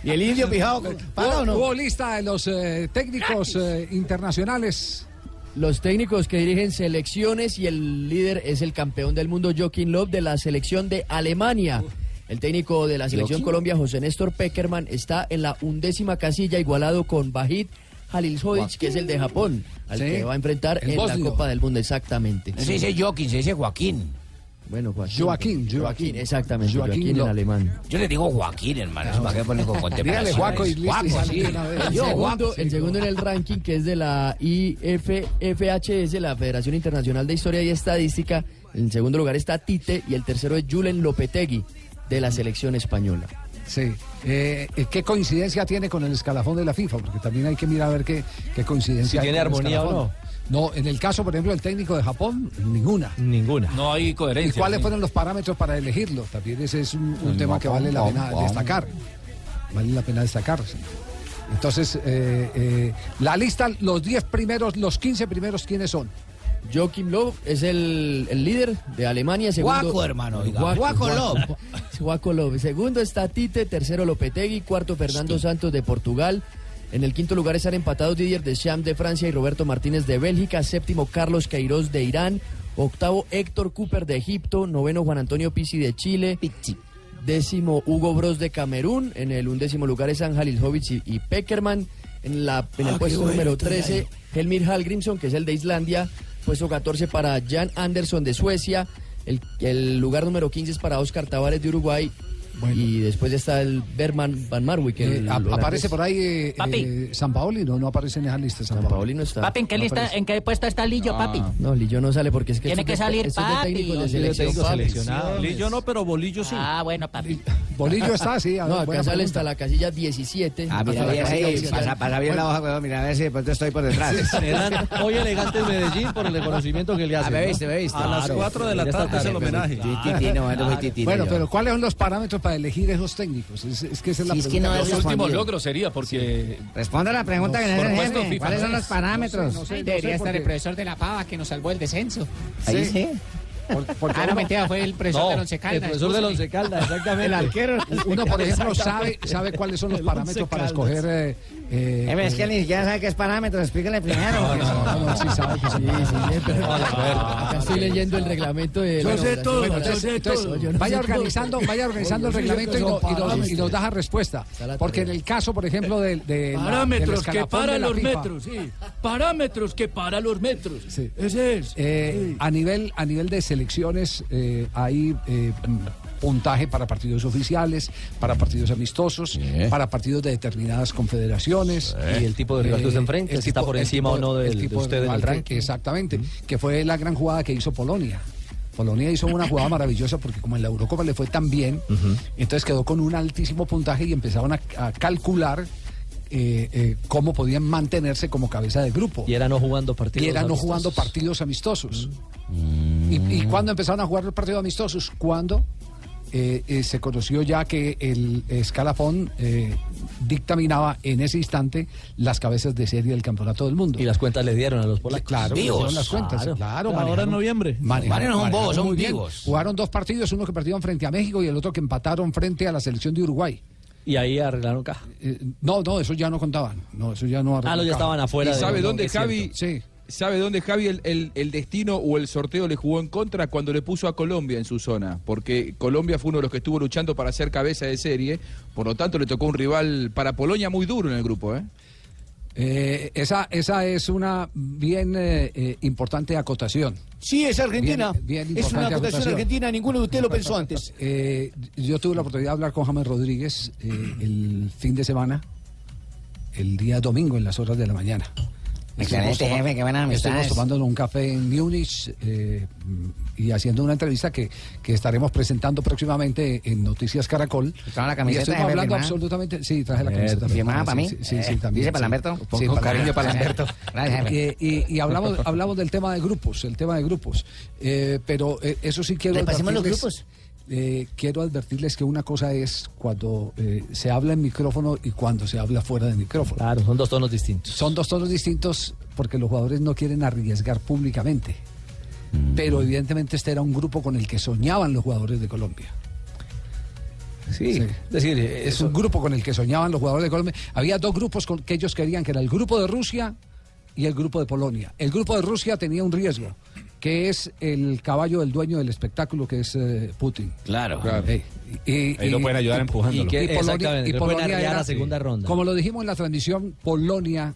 ¿Y el indio pijado?
¿Hubo, hubo lista de los eh, técnicos eh, internacionales.
Los técnicos que dirigen selecciones y el líder es el campeón del mundo Joaquín Löw de la selección de Alemania. El técnico de la selección
Joaquín.
Colombia, José Néstor Peckerman, está en la undécima casilla igualado con Bajid Halilhodzic, que es el de Japón, al
Sí.
que va a enfrentar
El
en
bosnio.
la Copa del Mundo, exactamente.
No se dice Joaquín, se dice Joaquín.
Bueno, Joaquín.
Joaquín,
Joaquín, exactamente,
Joaquín
Joaquín, en
Löw.
alemán.
Yo le digo Joaquín, hermano. ¿Para qué poner con contemplación?
Ah, Dígale Joaco y listo, y
Joaco,
sale
sí.
de una vez.
Yo,
El
Joaco.
segundo, el segundo en el ranking, que es de la IFFHS, la Federación Internacional de Historia y Estadística. En segundo lugar está Tite y el tercero es Julen Lopetegui, de la selección española.
Sí. Eh, eh, ¿Qué coincidencia tiene con el escalafón de la FIFA? Porque también hay que mirar a ver qué, qué coincidencia
Si
hay
tiene
con el
armonía o
escalafón. No, en el caso, por ejemplo, del técnico de Japón, ninguna.
Ninguna.
No hay
¿Y
coherencia.
cuáles
sí.
fueron los parámetros para elegirlo? También ese es un, un
Mm,
tema que vale la
pom,
pena
pom.
destacar. Vale la pena destacar. sí. Entonces, eh, eh, la lista, los 10 primeros, los 15 primeros, ¿quiénes son?
Joachim Löw es el, el líder de Alemania. Segundo,
Guaco, hermano, diga. Guaco
Guaco- Guaco Löw. Segundo está Tite, tercero Lopetegui, cuarto Fernando Santos de Portugal. En el quinto lugar están empatados Didier Deschamps de Francia y Roberto Martínez de Bélgica. Séptimo Carlos Queiroz de Irán. Octavo Héctor Cooper de Egipto. Noveno Juan Antonio Pizzi de Chile. Décimo Hugo Bros de Camerún. En el undécimo lugar están Halilhovic y, y Peckerman. En, la, en el
Ah,
puesto
qué bueno,
número 13 Helmir Hallgrimson, que es el de Islandia. Puesto 14 para Jan Anderson de Suecia. El, el lugar número 15 es para Oscar Tavares de Uruguay. Y después está el Berman Van Marwick.
Eh,
el
a-
holandés.
aparece por ahí eh,
Papi.
eh, San Paoli, no, no aparece en esa lista. San,
Paoli no está. Ah,
Papi, ¿en qué,
No
lista,
aparece. Ah,
¿en qué puesto está Lillo, papi?
No, Lillo no sale porque es que...
Tiene que
estos dos-
salir
estos dos
papi.
técnicos de
Los
selección,
técnicos
papi.
seleccionados.
Lillo no, pero Bolillo sí.
Ah, bueno, papi.
Bolillo está, sí.
a
No,
ver,
acá
buena
sale
pregunta.
hasta la casilla 17.
Ah, mira,
Hasta la
mira,
casilla
ahí,
17.
pasa- pasa bien la
Bueno,
hoja,
Bueno, mira, a ver si de pronto estoy por
Ah,
detrás.
Hernán, hoy elegante en Medellín por el reconocimiento que le hacen.
Ah, me
¿no?
viste, me viste.
A las
Claro.
4 de la
Ya está
tarde es el
tarde,
homenaje.
Ah.
pero soy titino, bueno,
Ah,
soy titino
Bueno,
yo.
pero ¿cuáles son los parámetros para elegir esos técnicos? Es, es que esa es la
Sí, es que
pregunta.
no Los
Los últimos logros sería porque.
Responda la pregunta que le hace el
Propuesto
jefe.
FIFA,
¿Cuáles
no
son
es.
los parámetros?
No sé, no sé,
Debería
no sé,
estar el
porque-
profesor de la pava que nos salvó el descenso.
Ahí
sí.
porque
ah, no,
uno-
mentira, fue el profesor
No,
del Once Caldas.
el profesor del
excúseme.
Once Caldas, exactamente.
El arquero.
Uno, por ejemplo, sabe, sabe cuáles son los
El
parámetros
Once
para
Caldas.
escoger. eh, eh,
Eh, es que ni siquiera sabe qué es parámetro, explícale primero.
No, no, no, no, sí sabe que sí.
Ah,
Acá estoy leyendo el reglamento de...
Yo
bueno,
sé
la-
todo,
bueno,
yo
entonces-
sé
entonces,
todo.
yo no
Vaya
sé todo.
organizando, vaya organizando el
Yo no sé
reglamento y,
qué
no-
son
y nos, y
parámetros.
nos da respuesta. Porque en el caso, por ejemplo, del de,
Parámetros que para los metros, sí. Parámetros que para los metros. Ese es. Sí.
Eh, a nivel a nivel de selecciones eh, hay eh, mm, puntaje para partidos oficiales, para partidos amistosos, para partidos de determinadas confederaciones Eh,
Sí. Y el tipo de rival que usted enfrenta,
el
si está por
el
encima o no del-
el tipo
de usted en
rival
el
que-
ranking.
que exactamente, que fue la gran jugada que hizo Polonia. Polonia hizo una jugada maravillosa porque como en la Eurocopa le fue tan bien, entonces quedó con un altísimo puntaje y empezaron a, a calcular eh, eh, cómo podían mantenerse como cabeza de grupo.
Y era no jugando partidos.
Y eran no
amistosos. Mm.
jugando partidos amistosos. ¿Y, y cuándo empezaron a jugar los partidos amistosos? Cuando eh, eh, se conoció ya que el escalafón eh, dictaminaba en ese instante las cabezas de serie del campeonato del mundo. Y
las cuentas le dieron a los polacos.
Claro,
Vivos.
les dieron las cuentas.
Claro.
Claro,
¿eh? Ahora en noviembre.
Manejaron,
Bueno, no son bobos,
manejaron
son
muy bien.
vivos.
Jugaron dos partidos, uno que perdieron frente a México y el otro que empataron frente a la selección de Uruguay. Eh,
Y ahí arreglaron caja.
No, no, eso ya no contaban. No, eso ya no
Ah, no, ya estaban afuera.
¿Y
de-
sabe
no,
dónde
es cierto.
Javi? ¿Sabe dónde Javi el, el- el destino o el sorteo le jugó en contra cuando le puso a Colombia en su zona? Porque Colombia fue uno de los que estuvo luchando para ser cabeza de serie, por lo tanto le tocó un rival para Polonia muy duro en el grupo, ¿eh?
Eh, esa, esa es una bien eh, eh, importante acotación.
Sí, es Argentina.
Bien- bien
es
importante
una votación
acotación.
argentina, ninguno de ustedes lo pensó antes.
Eh, yo tuve la oportunidad de hablar con James Rodríguez eh, el fin de semana, el día domingo en las horas de la mañana.
Excelente,
Estuvimos toma-
jefe, qué buenas amistades.
Estuvimos tomando un café en Múnich eh, y haciendo una entrevista que, que estaremos presentando próximamente en Noticias Caracol.
Trae la camiseta,
Y estuvimos
jefe,
hablando
firmada.
absolutamente. Sí, traje la camiseta.
¿Firmada para mí?
Sí, sí, sí,
Eh,
también.
¿dice
sí.
para Lamberto?
Con-
Sí,
con
para-
Eh, cariño para
Gracias.
Lamberto.
Gracias, jefe.
Y, y- y hablamos, hablamos del tema de grupos, el tema de grupos. Eh, pero eh, eso sí quiero
Repasemos los
advertirles-
grupos.
eh, quiero advertirles que una cosa es cuando eh, se habla en micrófono y cuando se habla fuera de micrófono.
Claro, son dos tonos distintos.
Son dos tonos distintos porque los jugadores no quieren arriesgar públicamente.
Mm.
Pero evidentemente este era un grupo con el que soñaban los jugadores de Colombia.
Sí, es decir, eh,
Es un grupo con el que soñaban los jugadores de Colombia. Había dos grupos con, que ellos querían, que era el grupo de Rusia y el grupo de Polonia. El grupo de Rusia tenía un riesgo, que es el caballo del dueño del espectáculo, que es eh, Putin.
Claro.
Eh, y,
Ahí lo pueden ayudar empujándolo.
Y, que-
Y
Polonia-
exactamente,
y
lo pueden
Polonia
arrear
era-
a segunda ronda.
Como lo dijimos en la transmisión, Polonia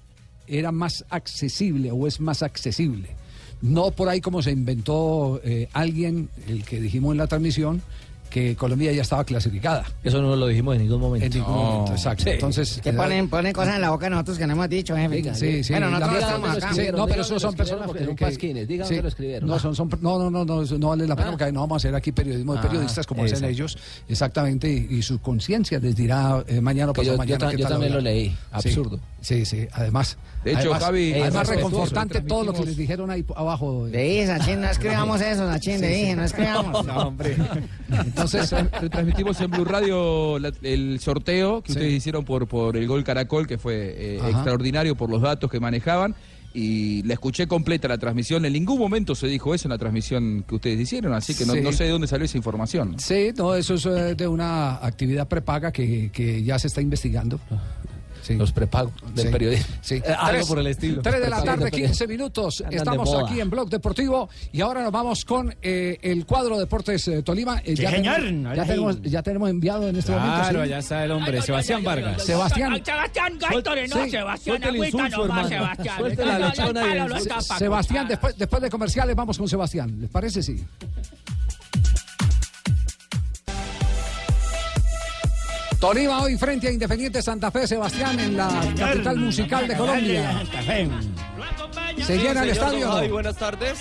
era más accesible o es más accesible. No por ahí como se inventó eh, alguien, el que dijimos en la transmisión, que Colombia ya estaba clasificada.
Eso no lo dijimos en ningún momento.
En ningún
Oh.
momento, exacto. Entonces,
Que ponen, ponen cosas en la boca de nosotros que no hemos dicho, jefe.
Sí, sí,
bueno, nosotros
la-
estamos
diga
pues,
dónde lo
acá.
escribieron, no, pero eso son personas que- que- sí, No, son, son- no, no, no, no, eso no vale la pena porque no vamos a hacer aquí periodismo de
Ah,
periodistas como hacen
exacto.
ellos, exactamente, y, y su conciencia les dirá eh, mañana o
Que
pasado
yo- yo
mañana.
ta-
qué
yo
tal
también lo
habrá.
leí, absurdo.
Sí, sí, además.
De hecho,
además,
Javi-
además
Eh,
reconfortante
respetuoso,
todo lo que les dijeron ahí abajo. eh.
De Sachin, no escribamos eso, Sachin,
Sí,
le
sí.
dije, no escribamos.
hombre.
Entonces,
Lo transmitimos en Blue Radio la- el sorteo que
Sí.
ustedes hicieron por, por el gol Caracol, que fue eh,
Ajá.
extraordinario por los datos que manejaban. Y la escuché completa la transmisión. En ningún momento se dijo eso en la transmisión que ustedes hicieron, así que no,
Sí.
no sé de dónde salió esa información.
Sí, no, eso es eh, de una actividad prepaga que, que ya se está investigando. Los prepagos
del periodismo. Eh, algo por el estilo.
3 de la
Prepagos del
tarde,
periodismo.
15 minutos.
Andan de
Estamos
moda.
aquí en Blog Deportivo y ahora nos vamos con eh, el cuadro Deportes eh, Tolima. Eh,
Sí,
tenemos-
señor.
ya,
Ahora sí.
tenemos, ya tenemos enviado en este momento.
Claro,
¿sí?
allá está el hombre, Sebastián Vargas.
Sebastián.
Ay, Sebastián Gaitore, no,
Sí.
Sebastián, agüita nomás, Sebastián. No, no,
lechona
el
y el-
palo lo escapa,
Sebastián, después, después de comerciales vamos con Sebastián. ¿Les parece? Sí. Tolima hoy frente a Independiente Santa Fe, Sebastián, en la capital musical de Colombia. Se
Sí,
llena el
señor Don
estadio.
Javi, buenas tardes.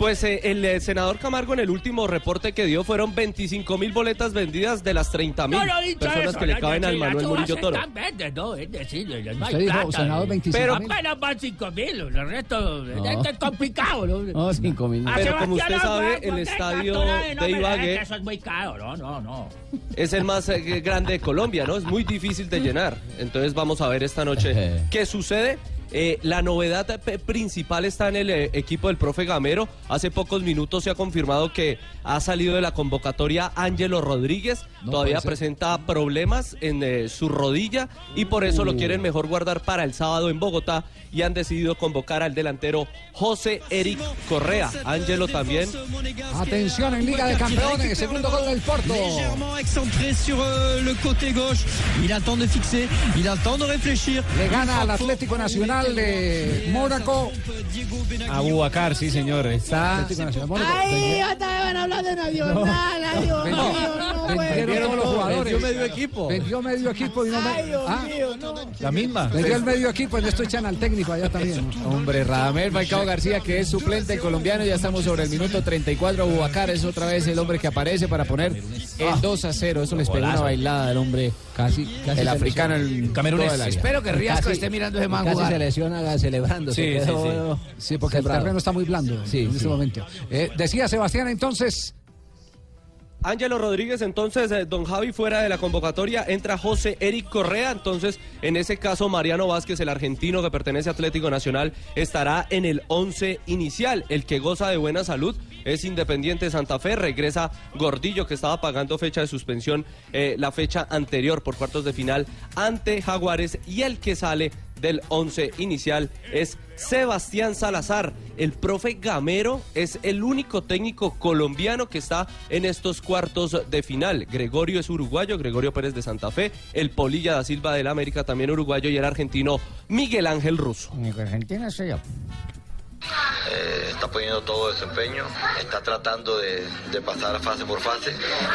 Pues eh, el eh, senador Camargo en el último reporte que dio fueron 25 mil boletas vendidas de las 30 mil
No, no he dicho
personas
eso,
que le
no,
caben
no,
al
sí,
Manuel
las
Murillo
uvas
Toro.
están verdes, no, es decir, no
Usted
hay
dijo,
plata,
senador,
eh.
25
Pero
mil.
apenas van 5 mil, el resto
No.
esto es complicado. ¿no?
No, cinco mil.
A
Pero como
Sebastián
usted sabe,
Aguayo,
el
¿qué
estadio
captura no,
de
pero
Ibagué-
es que Eso es muy caro, no, no, no.
Es el más eh, grande de Colombia, ¿no? Es muy difícil de llenar. Entonces vamos a ver esta noche qué sucede. Eh, la novedad eh, principal está en el eh, equipo del profe Gamero. Hace pocos minutos se ha confirmado que ha salido de la convocatoria Ángelo Rodríguez. Todavía
puede ser.
presenta problemas en eh, su rodilla y por eso
Uh.
lo quieren mejor guardar para el sábado en Bogotá y han decidido convocar al delantero José Eric Correa. Ángelo también
Atención en Liga de Campeones, segundo gol del Porto.
Légèrement excentré sur euh, le côté gauche. Il a le temps de fixer, il a le temps de réfléchir.
Le gana al Atlético Nacional de Mónaco.
Abubacar, sí, señor. Está.
Atlético Nacional de Mónaco.
Ay, otra vez van a hablar de Nacional, ay, Dios mío, no
Vendieron todos los jugadores.
Vendió medio equipo.
Vendió medio equipo y no me-
Ay, Dios
Ah,
mío, no.
La misma.
Vendió el medio equipo y le esto echan al técnico allá también.
Hombre, Radamel Falcao García, que es suplente colombiano, ya estamos sobre el minuto 34. Bubacar es otra vez el hombre que aparece para poner el 2 a 0. Eso les pegó una
Golazo.
bailada al hombre. Casi,
casi
El
se
africano,
lesionó.
el
Camerún
todo
es-
el área.
espero que Riasco
Casi-
esté mirando ese man
casi
jugar.
se
lesiona celebrando.
se Sí, sí, quedó, sí.
Sí, porque el
sembrado.
terreno está muy blando en este momento. Eh, decía Sebastián entonces,
Ángelo Rodríguez, entonces, eh, don Javi fuera de la convocatoria, entra José Eric Correa, entonces, en ese caso, Mariano Vázquez, el argentino que pertenece a Atlético Nacional, estará en el 11 inicial. El que goza de buena salud es Independiente Santa Fe, regresa Gordillo, que estaba pagando fecha de suspensión eh, la fecha anterior por cuartos de final ante Jaguares, y el que sale del 11 inicial es Sebastián Salazar. El profe Gamero es el único técnico colombiano que está en estos cuartos de final. Gregorio es uruguayo, Gregorio Pérez de Santa Fe, el Polilla da Silva del América también uruguayo y el argentino Miguel Ángel Russo.
Argentina soy yo.
Eh, está poniendo todo desempeño, está tratando de, de pasar fase por fase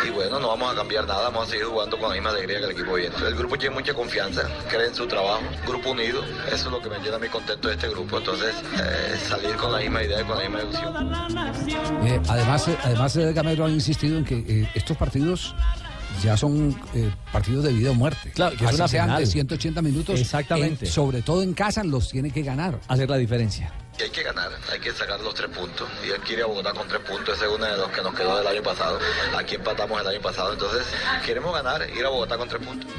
y bueno, no vamos a cambiar nada, vamos a seguir jugando con la misma alegría que el equipo viene. El grupo tiene mucha confianza, cree en su trabajo, grupo unido, eso es lo que me llena a mí contento de este grupo, entonces eh, salir con la misma idea y con la misma ilusión.
eh, además, eh, además eh, Gamero ha insistido en que eh, estos partidos ya son eh, partidos de vida o muerte.
Claro, que es
Así
una
sean de
final.
180 minutos.
Exactamente.
en- sobre todo en casa los tiene que ganar.
Hacer la diferencia.
Y hay que ganar, hay que sacar los tres puntos. Y él quiere a Bogotá con tres puntos, ese es uno de los que nos quedó del año pasado. Aquí empatamos el año pasado, entonces queremos ganar, ir a Bogotá con tres puntos.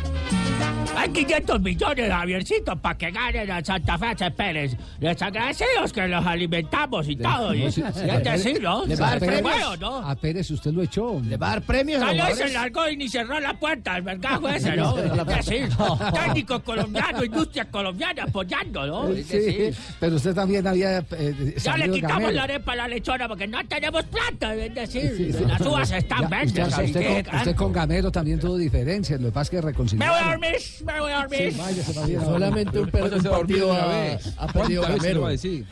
Hay 500 millones, Javiercito, para que ganen a Santa Fe a Pérez. Les agradecemos que los alimentamos y todo. ¿eh? Y,
No, sí,
y
sí,
es decir, ¿no?
le va a dar
Pero
premios.
bueno, ¿no?
A Pérez usted lo echó. Le va a dar premios.
Tal vez se largó y ni cerró la puerta, el mercado ese, ¿no?
No, no,
Es
no.
decir, técnico colombiano, industria colombiana apoyando, ¿no? Es
Sí,
decir,
pero usted también había. eh,
Ya le
salido
quitamos
Gamero.
la arepa a la lechona porque no tenemos plata, es decir,
Sí, sí.
las uvas están
Ya,
verdes.
usted,
así
usted
que- ¿eh?
con, usted con Gamero también tuvo diferencias. Lo que pasa es que
Me voy a
reconciliaron.
dormir, me voy a dormir.
Sí, vaya, se va bien.
Solamente un, per-
¿Cuándo
un
se va a dormir
partido
de una
ha,
vez?
ha perdido
¿Cuántas veces
Gamero.
lo va a decir?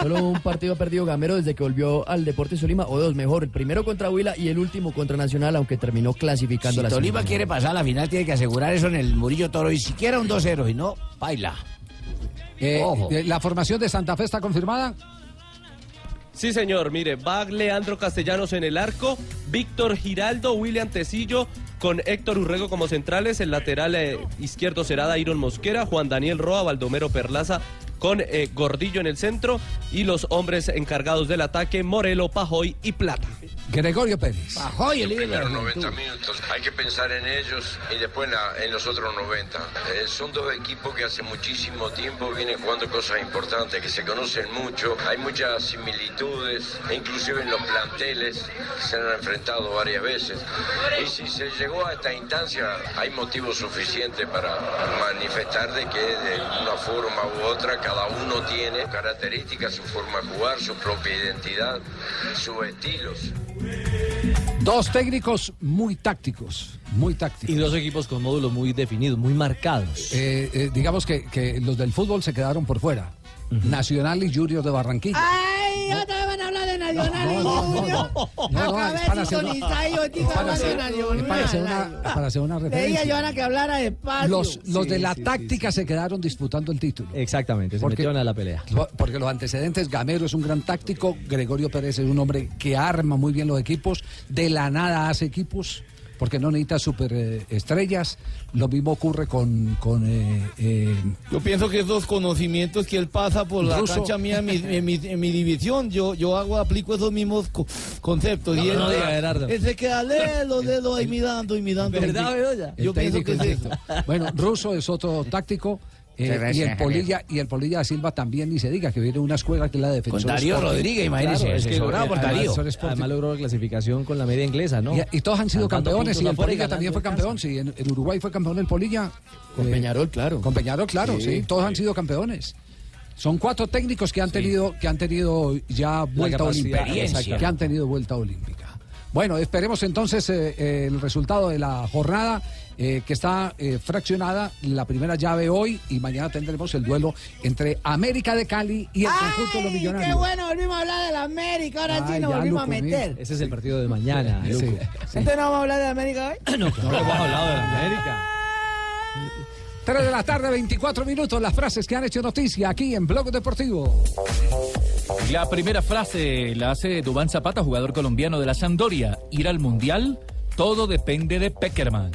Solo un partido ha perdido Gamero desde que volvió al Deportes Tolima, o dos mejor, el primero contra Huila y el último contra Nacional, aunque terminó clasificando a
Si
la
Tolima
semifinal.
quiere pasar a la final, tiene que asegurar eso en el Murillo Toro. Y siquiera un 2-0, y no, baila.
Eh,
Ojo.
eh, la formación de Santa Fe está confirmada.
Sí, señor, mire, va Leandro Castellanos en el arco, Víctor Giraldo, William Tecillo, con Héctor Urrego como centrales, el lateral eh, izquierdo será Dairon Mosquera, Juan Daniel Roa, Baldomero Perlaza, con eh, Gordillo en el centro, y los hombres encargados del ataque, Morelo, Pajoy y Plata.
Gregorio Pérez.
Pajoy, el líder de la
Primero
juventud.
90 minutos, hay que pensar en ellos y después en, la- en los otros 90. Eh, son dos equipos que hace muchísimo tiempo vienen jugando cosas importantes, que se conocen mucho, hay muchas similitudes, inclusive en los planteles, se han enfrentado varias veces. Y si se llegó a esta instancia, hay motivo suficiente para manifestar de que de una forma u otra cada uno tiene características, su forma de jugar, su propia identidad, sus estilos.
Dos técnicos muy tácticos. Muy tácticos.
Y dos equipos con módulos muy definidos, muy marcados.
Eh, eh, digamos que, que los del fútbol se quedaron por fuera. Nacional y Junior de Barranquilla.
Ay, otra vez van a hablar de
Nacional en Junior. Acabé de sintonizar y yo estoy
para
hablando de
hacer-
Nacional.
para hacer una,
Ah,
para hacer una
Le dije a Joana
referencia.
que hablara despacio.
Los, los de
Sí,
la
sí,
táctica se quedaron disputando el título.
Exactamente, se metieron a la pelea.
Lo- Porque los antecedentes, Gamero es un gran táctico, Gregorio Pérez es un hombre que arma muy bien los equipos, de la nada hace equipos, porque no necesita superestrellas. Lo mismo ocurre con... con eh, eh,
Yo pienso que esos conocimientos que él pasa por la
Ruso.
cancha mía en mi, en mi- en mi división, yo, yo hago, aplico esos mismos co- conceptos. y
No,
él,
no diga, Gerardo.
él se queda lelo, lelo ahí mirando y mirando.
El
Yo pienso
técnico
que es
es
esto.
esto. Bueno, Russo es otro táctico. eh,
Sí, gracias,
y el
Javier.
Polilla y el Polilla da Silva también ni se diga que viene una escuela que es la de defensor
Darío
Sporting.
Rodríguez, imagínese, asesorado
eh,
por Darío. Además logró la clasificación con la media inglesa, ¿no?
Y, y todos han sido
Sacando
campeones y
puntos
el
afuera y
Polilla también
ganando
fue
en
campeón. Sí, en, en Uruguay fue campeón el Polilla. Con Peñarol, claro. Con Peñarol, claro, sí.
Sí,
todos han sido campeones. Son cuatro técnicos que han tenido que han tenido ya vuelta
capacidad,
olímpica.
experiencia.
Que han tenido vuelta olímpica. Bueno, esperemos entonces eh, eh, el resultado de la jornada eh, que está eh, fraccionada. La primera llave hoy y mañana tendremos el duelo entre América de Cali y el conjunto de los
Qué
millonarios.
bueno, volvimos a hablar de la América. Ahora
Ah,
sí nos
ya,
volvimos a
Luco, mira.
meter.
Ese es el partido de mañana.
Sí.
Luco.
¿Entonces no vamos a hablar de la América hoy?
No, claro que hemos hablado de la América.
3 de la tarde, 24 minutos. Las frases que han hecho noticia aquí en Blog Deportivo.
La primera frase la hace Dubán Zapata, jugador colombiano de la Sampdoria. Ir al Mundial, todo depende de Peckerman.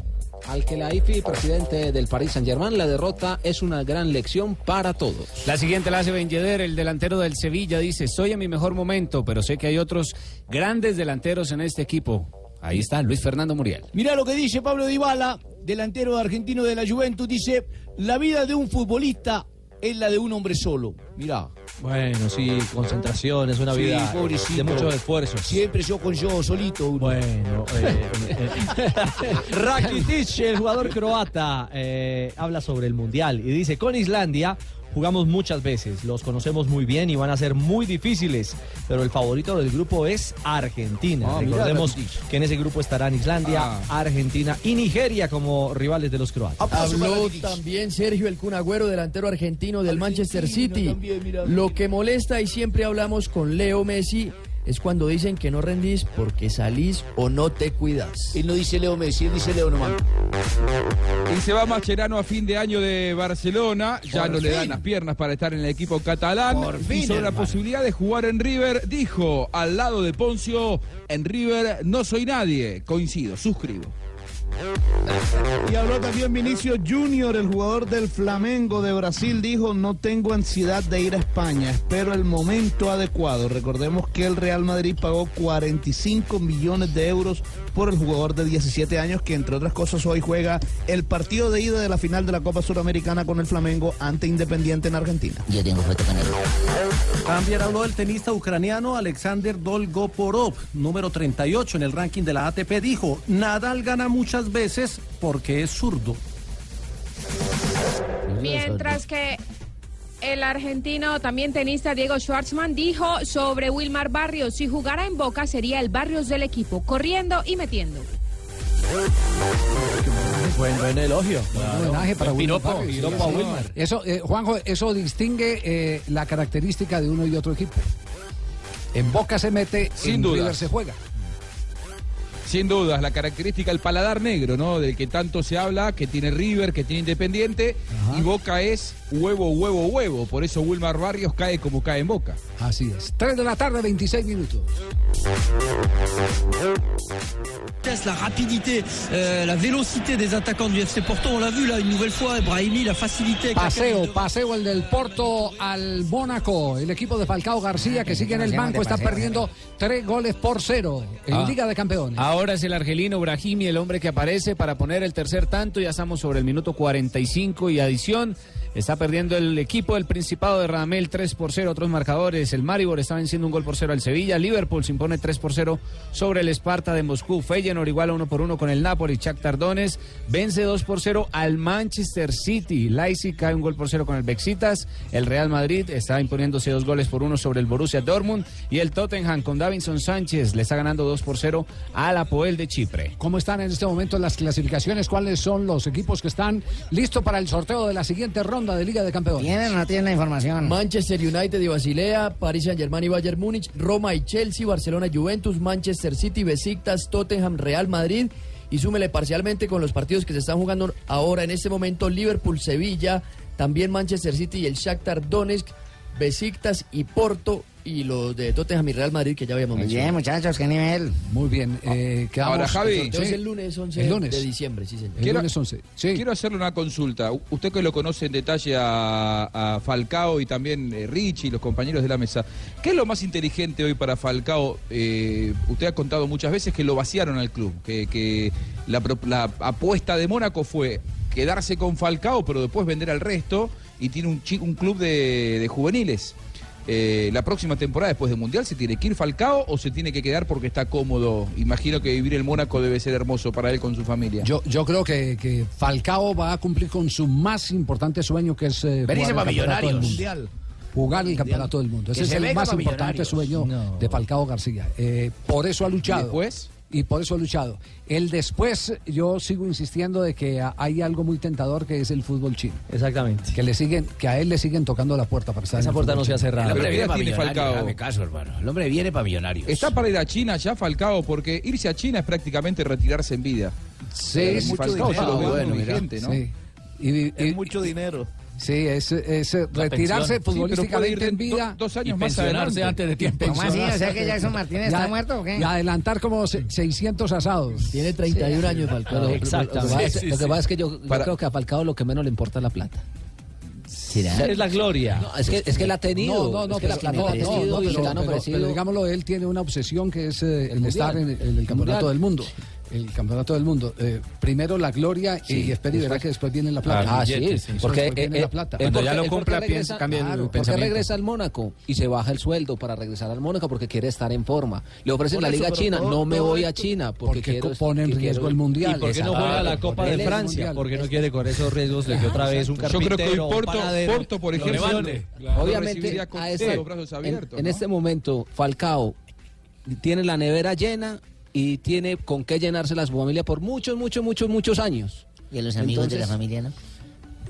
Al que la IFI, presidente del Paris Saint-Germain, la derrota es una gran lección para todos.
La siguiente la hace Ben Yedder, el delantero del Sevilla. Dice, soy en mi mejor momento, pero sé que hay otros grandes delanteros en este equipo. Ahí está Luis Fernando Muriel.
Mirá lo que dice Pablo Dybala, delantero argentino de la Juventus, dice, la vida de un futbolista es la de un hombre solo. Mirá.
Bueno, sí, concentración, es una
Sí,
vida
pobrecito.
de muchos esfuerzos.
Siempre yo con yo solito.
Bueno, eh, Rakitic, el jugador croata, eh, habla sobre el Mundial y dice, con Islandia jugamos muchas veces, los conocemos muy bien y van a ser muy difíciles, pero el favorito del grupo es Argentina.
Ah, mira,
Recordemos
Rakitic.
que en ese grupo estarán Islandia, Argentina y Nigeria como rivales de los croatas.
Habló también Sergio El Cunagüero, delantero argentino del Manchester City.
también, mira.
Lo que molesta y siempre hablamos con Leo Messi es cuando dicen que no rendís porque salís o no te cuidas. Él no dice Leo Messi, él dice Leo nomás.
Y se va Mascherano a fin de año de Barcelona. Ya
Por
no le dan
fin.
las piernas para estar en el equipo catalán.
fin,
y sobre la
hermano.
posibilidad de jugar en River, dijo al lado de Poncio, en River no soy nadie. Coincido, suscribo.
Y habló también Vinicio Junior, el jugador del Flamengo de Brasil, dijo, no tengo ansiedad de ir a España, espero el momento adecuado. Recordemos que el Real Madrid pagó 45 millones de euros por el jugador de 17 años, que entre otras cosas hoy juega el partido de ida de la final de la Copa Suramericana con el Flamengo ante Independiente en Argentina.
Yo tengo foto con él.
También habló el tenista ucraniano Alexander Dolgoporov, número 38 en el ranking de la ATP. Dijo, Nadal gana muchas veces porque es zurdo.
Mientras que el argentino, también tenista Diego Schwartzman, dijo sobre Wilmar Barrios, si jugara en Boca sería el Barrios del equipo, corriendo y metiendo.
Buen, buen elogio.
Un homenaje para
Buen
Wilmar
piropo,
Barrios. Sí,
piropo a
señor.
Wilmar.
Eso, eh, Juanjo, eso distingue eh, la característica de uno y otro equipo. En Boca se mete,
Sin
en
dudas.
River se juega.
Sin dudas, la característica, el paladar negro, ¿no? Del que tanto se habla, que tiene River, que tiene Independiente. Y Boca es huevo, huevo, huevo. Por eso Wilmar Barrios cae como cae en Boca.
Así es. 3 de la tarde, 26 minutos.
vitesse, la rapidité, euh, la vélocité des attaquants du FC Porto. On l'a vu là une nouvelle fois, Brahimi, la facilité. avec laquelle il
Paseo, paseo el del Porto al Mónaco. El equipo de Falcao García que sigue en el
nos llaman
banco
de
está
paseo.
perdiendo tres goles por cero en
Ah.
Liga de Campeones.
Ahora es el argelino Brahimi, el hombre que aparece para poner el tercer tanto. Ya estamos sobre el minuto 45 y adición. Está perdiendo el equipo del Principado de Radamel 3 por 0. Otros marcadores. El Maribor está venciendo un gol por 0 al Sevilla. Liverpool se impone 3 por 0 sobre el Esparta de Moscú. Feyenoord igual 1 por 1 con el Napoli. Shakhtar Tardones vence 2 por 0 al Manchester City. Leipzig cae un gol por 0 con el Bexitas. El Real Madrid está imponiéndose dos goles por uno sobre el Borussia Dortmund. Y el Tottenham con Davinson Sánchez le está ganando 2 por 0 al Apoel de Chipre.
¿Cómo están en este momento las clasificaciones? ¿Cuáles son los equipos que están listos para el sorteo de la siguiente ronda? ronda de Liga de Campeones.
¿Tienen o no tienen la información? Manchester United y Basilea, Paris Saint-Germain y Bayern Múnich, Roma y Chelsea, Barcelona y Juventus, Manchester City, Besiktas, Tottenham, Real Madrid. Y súmele parcialmente con los partidos que se están jugando ahora en este momento, Liverpool, Sevilla, también Manchester City y el Shakhtar Donetsk, Besiktas y Porto y los de Tottenham y Real Madrid que ya habíamos mencionado.
Bien, muchachos, qué nivel.
Muy bien. Eh,
quedamos- Ahora, Javi.
El sorteo es el lunes 11
El lunes.
de diciembre, sí, señor.
Quiero- Quiero hacerle una consulta. U- Usted que lo conoce en detalle a, a Falcao y también eh, Richie y los compañeros de la mesa. ¿Qué es lo más inteligente hoy para Falcao? Eh, usted ha contado muchas veces que lo vaciaron al club, que, que la, pro- la apuesta de Mónaco fue quedarse con Falcao, pero después vender al resto y tiene un, chi- un club de, de juveniles. Eh, la próxima temporada después del Mundial se tiene que ir Falcao o se tiene que quedar porque está cómodo. Imagino que vivir en Mónaco debe ser hermoso para él con su familia.
Yo, yo creo que, que Falcao va a cumplir con su más importante sueño, que es eh,
Venirse
jugar
pa'
el campeonato del
Millonarios.
mundo. Jugar el campeonato del mundo. Ese
Que
es
se
el
venga
más
pa'
importante
Millonarios.
sueño de Falcao García. Eh, por eso ha luchado.
¿Y después?
Y por eso ha luchado. El después, yo sigo insistiendo de que a- hay algo muy tentador que es el fútbol chino.
Exactamente.
Que le siguen, que a él le siguen tocando la puerta para estar en
Esa
el
puerta
fútbol
no se ha
chino.
cerrado.
El hombre viene para Millonarios,
hágame
caso, hermano. El
hombre
viene para millonarios. Está para ir a China ya, Falcao, porque irse a China es prácticamente retirarse en vida. Eh,
Sí, sí,
Falcao se lo ve muy vigente, ¿no?
Sí. Y, vi- y-
Mucho dinero.
Sí, es, es retirarse
pensión.
futbolísticamente
Sí, pero puede ir
en vida.
do- dos años Y más pensionarse adelante. antes de tiempo.
Y
¿Cómo así? O sea que
pensionarse-
Jackson Martínez
y
está
a-
muerto o qué?
Y adelantar como se- 600 asados.
Tiene 31 años, Falcao.
Pero- Lo que pasa es- lo que pasa es que yo, yo creo que a Falcao lo que menos le importa es la plata.
Es la gloria.
No, es que, es que la ha tenido.
No, no, no,
es que la
pero-
plata
no,
la ha
no,
tenido
no,
y
pero-
se la han
pero-
ofrecido.
pero digámoslo, él tiene una obsesión que es eh, el,
Mundial.
estar en, en el campeonato
Mundial.
del mundo. El campeonato del mundo. Eh, primero la gloria y espera y verá que después viene la plata.
Ah, sí, porque
Después viene
eh,
la plata.
eh, porque- eh, porque regresa- claro, Porque regresa al Mónaco y se baja el sueldo para regresar al Mónaco porque quiere estar en forma. Le ofrecen
Por
la
eso,
Liga
pero
China,
todo-
no me
todo
voy a
esto-
China porque,
porque
quiero
pone en
que
riesgo
quiero-
el Mundial.
¿Y por qué no juega la Copa de
Él es
Francia?
mundial.
Porque no quiere correr esos riesgos de que otra vez un
Yo
creo que hoy
carpintero, un
Porto-
panadero,
Porto, por
lo
ejemplo,
eh,
levante.
claro, lo
Obviamente,
recibiría con
a
cero,
este-
los brazos
en-
abiertos,
en, este momento, Falcao tiene la nevera llena y tiene con qué llenarse la su familia por muchos, muchos, muchos, muchos años.
Y a los amigos de la
Entonces,
familia, ¿no?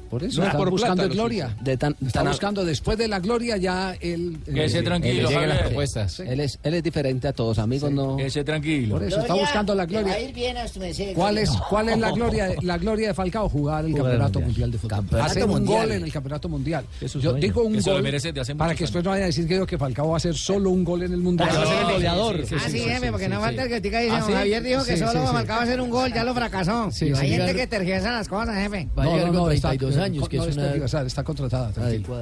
Por eso
No es
está
por
buscando
plata, lo
gloria.
suyo. De tan-
está
tan-
buscando después de la gloria ya él.
Que
eh,
se
él
tranquilo,
llega a las
Javier.
propuestas.
Él es, él es diferente a todos, amigos, no.
Ese tranquilo. Por eso está
Gloria,
buscando la
le va
gloria.
a ir bien a su merced,
¿Cuál
Gloria.
es, ¿Cuál es la gloria, de- la gloria de Falcao? Jugar el Campeonato Mundial de Fútbol.
Campeonato
hacer un
mundial.
gol en el Campeonato Mundial.
Es su
Yo
sueño.
digo un
Eso lo
gol
merece desde hace
para
muchos
que después no vayan a decir que, digo que Falcao va a hacer solo un gol en el Mundial.
Ah, va a ser el goleador.
ah, sí, jefe, porque no
sí,
falta el
sí.
que diga dice,
¿Ah,
don
sí?
Javier dijo que
Sí,
solo
sí, sí.
marcaba hacer un gol, ya lo fracasó.
Sí,
Hay
sí.
gente que tergiversa las cosas, jefe.
No, no, no, está-
32 años,
no,
que
no
es
está
una-
universal, está contratada, tranquilo.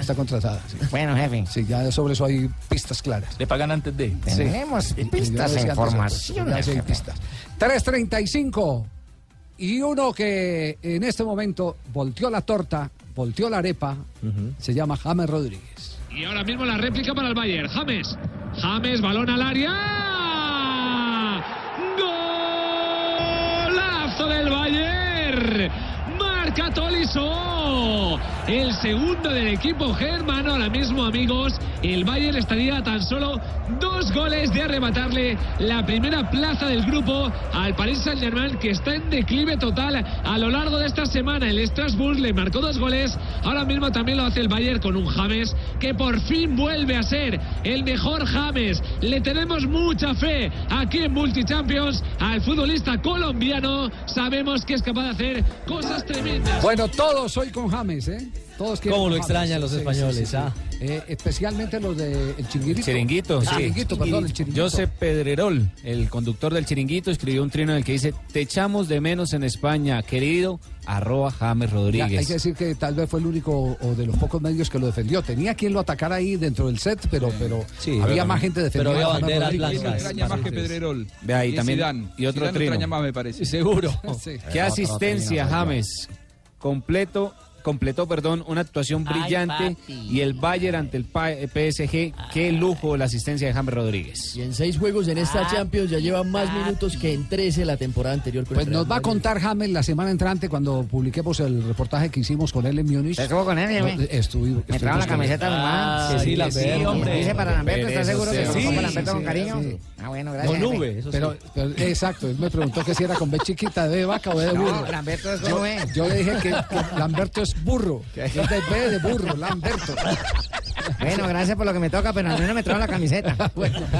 Está contratada. sí.
Bueno, jefe.
Sí, ya sobre eso hay pistas claras.
Le pagan antes de.
Tenemos pistas e informaciones, jefe. 3.35. Y uno que en este momento volteó la torta, volteó la arepa, se llama James Rodríguez.
Y ahora mismo la réplica para el Bayern. James. James, balón al área. ¡Golazo del Bayern! Marca Tolisso. El segundo del equipo germano. Ahora mismo, amigos, el Bayern estaría a tan solo dos goles de arrebatarle la primera plaza del grupo al Paris Saint-Germain, que está en declive total a lo largo de esta semana. El Strasbourg le marcó dos goles. Ahora mismo también lo hace el Bayern con un James que por fin vuelve a ser el mejor James. Le tenemos mucha fe aquí en Multichampions al futbolista colombiano. Sabemos que es capaz de hacer cosas tremendas.
Bueno, todos hoy con James, ¿eh? Todos quieren
Cómo
con
lo
James.
extrañan los españoles, ¿ah?
Eh, especialmente los de el Chiringuito.
El chiringuito,
El
sí.
Chiringuito, perdón, el Chiringuito.
Josep Pedrerol, el conductor del chiringuito, escribió un trino en el que dice: Te echamos de menos en España, querido, arroba James
Ya, hay que
Rodríguez.
decir que tal vez fue el único o de los pocos medios que lo defendió. Tenía quien lo atacara ahí dentro del set, pero, pero había
pero-
más gente defendiendo.
pero había
a James
banderas
Rodríguez.
blancas.
eh.
Me extraña más que Pedrerol.
Ve ahí
Y
también.
Zidane.
Y otro
Zidane lo
trino.
extraña más, me parece.
Seguro. Eh,
Sí.
Qué asistencia, James. Completo, completó, perdón, una actuación
Ay,
brillante.
papi.
y el Bayern ante el Pa- eh, PSG. Qué lujo la asistencia de James Rodríguez.
Y en seis juegos en esta
Ah,
Champions ya lleva más minutos que en 13 la temporada anterior. Con
Pues
el
nos va a
Real Madrid.
contar James la semana entrante cuando publiquemos el reportaje que hicimos con él en Múnich.
¿Estuvo con él, Jaime?
No, estuvi-
Me trajo
estuvimos
la
con
camiseta
él. Ah,
nomás. Dice para Lamberto, ¿estás seguro que lo compró Lamberto con cariño? Ah, bueno, gracias. jefe.
Pero, pero- exacto, él me preguntó que si era con B chiquita, de vaca o de
No,
burro.
Lamberto es
yo,
con V.
yo le dije que, que Lamberto es es burro. Los de B de burro, Lamberto.
Bueno, gracias por lo que me toca, pero al menos me trajo la camiseta.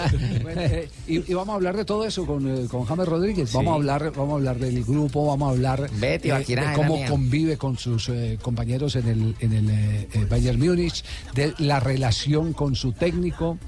Eh, y, y vamos a hablar de todo eso con, eh, con James Rodríguez. Vamos a hablar, vamos a hablar del grupo, vamos a hablar
Betty,
eh,
Baquirá,
de
era
cómo
mía.
convive con sus eh, compañeros en el, en el eh, eh, Bayern Múnich, de la relación con su técnico.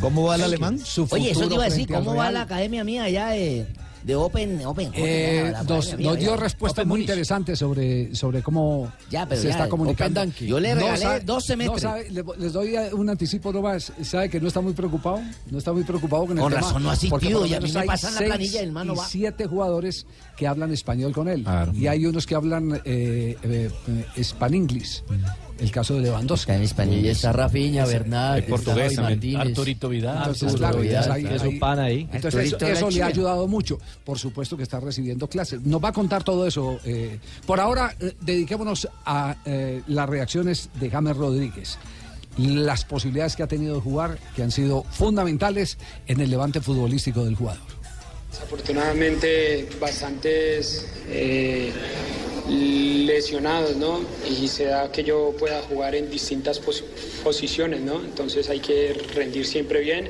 ¿Cómo va el alemán?
Oye, eso te iba a decir, ¿cómo va la academia mía allá de, de Open? open
Eh, nos, nos dio respuestas muy interesantes sobre, sobre cómo
Ya, pero
se
ya,
está comunicando.
Open Danke. Yo le regalé dos semestres.
no sabe, le- les doy eh, un anticipo nomás. ¿Sabe que no está muy preocupado? No está muy preocupado con el
Con
tema.
razón no ha
porque por
asistido,
lo
y a mí
menos
me
hay
pasan la
seis
planilla y el man no
y
va.
siete jugadores que hablan español con él. Y hay unos que hablan eh, eh, eh, span-english.
Mm.
El caso de Lewandowski. Está en español.
está Rafinha, Bernat, está
portugués
Javi Martínez.
Arturito Vidal.
Entonces,
Arturo
claro,
Vidal,
entonces ahí-
que es un
ahí-
pan ahí.
Entonces, eso,
Arturito de la
eso le ha
China.
ayudado mucho. Por supuesto que está recibiendo clases. Nos va a contar todo eso. eh. Por ahora, eh, dediquémonos a eh, las reacciones de James Rodríguez. Las posibilidades que ha tenido de jugar, que han sido fundamentales en el levante futbolístico del jugador.
Afortunadamente bastantes eh, lesionados, ¿no? Y se da que yo pueda jugar en distintas pos- posiciones, ¿no? Entonces hay que rendir siempre bien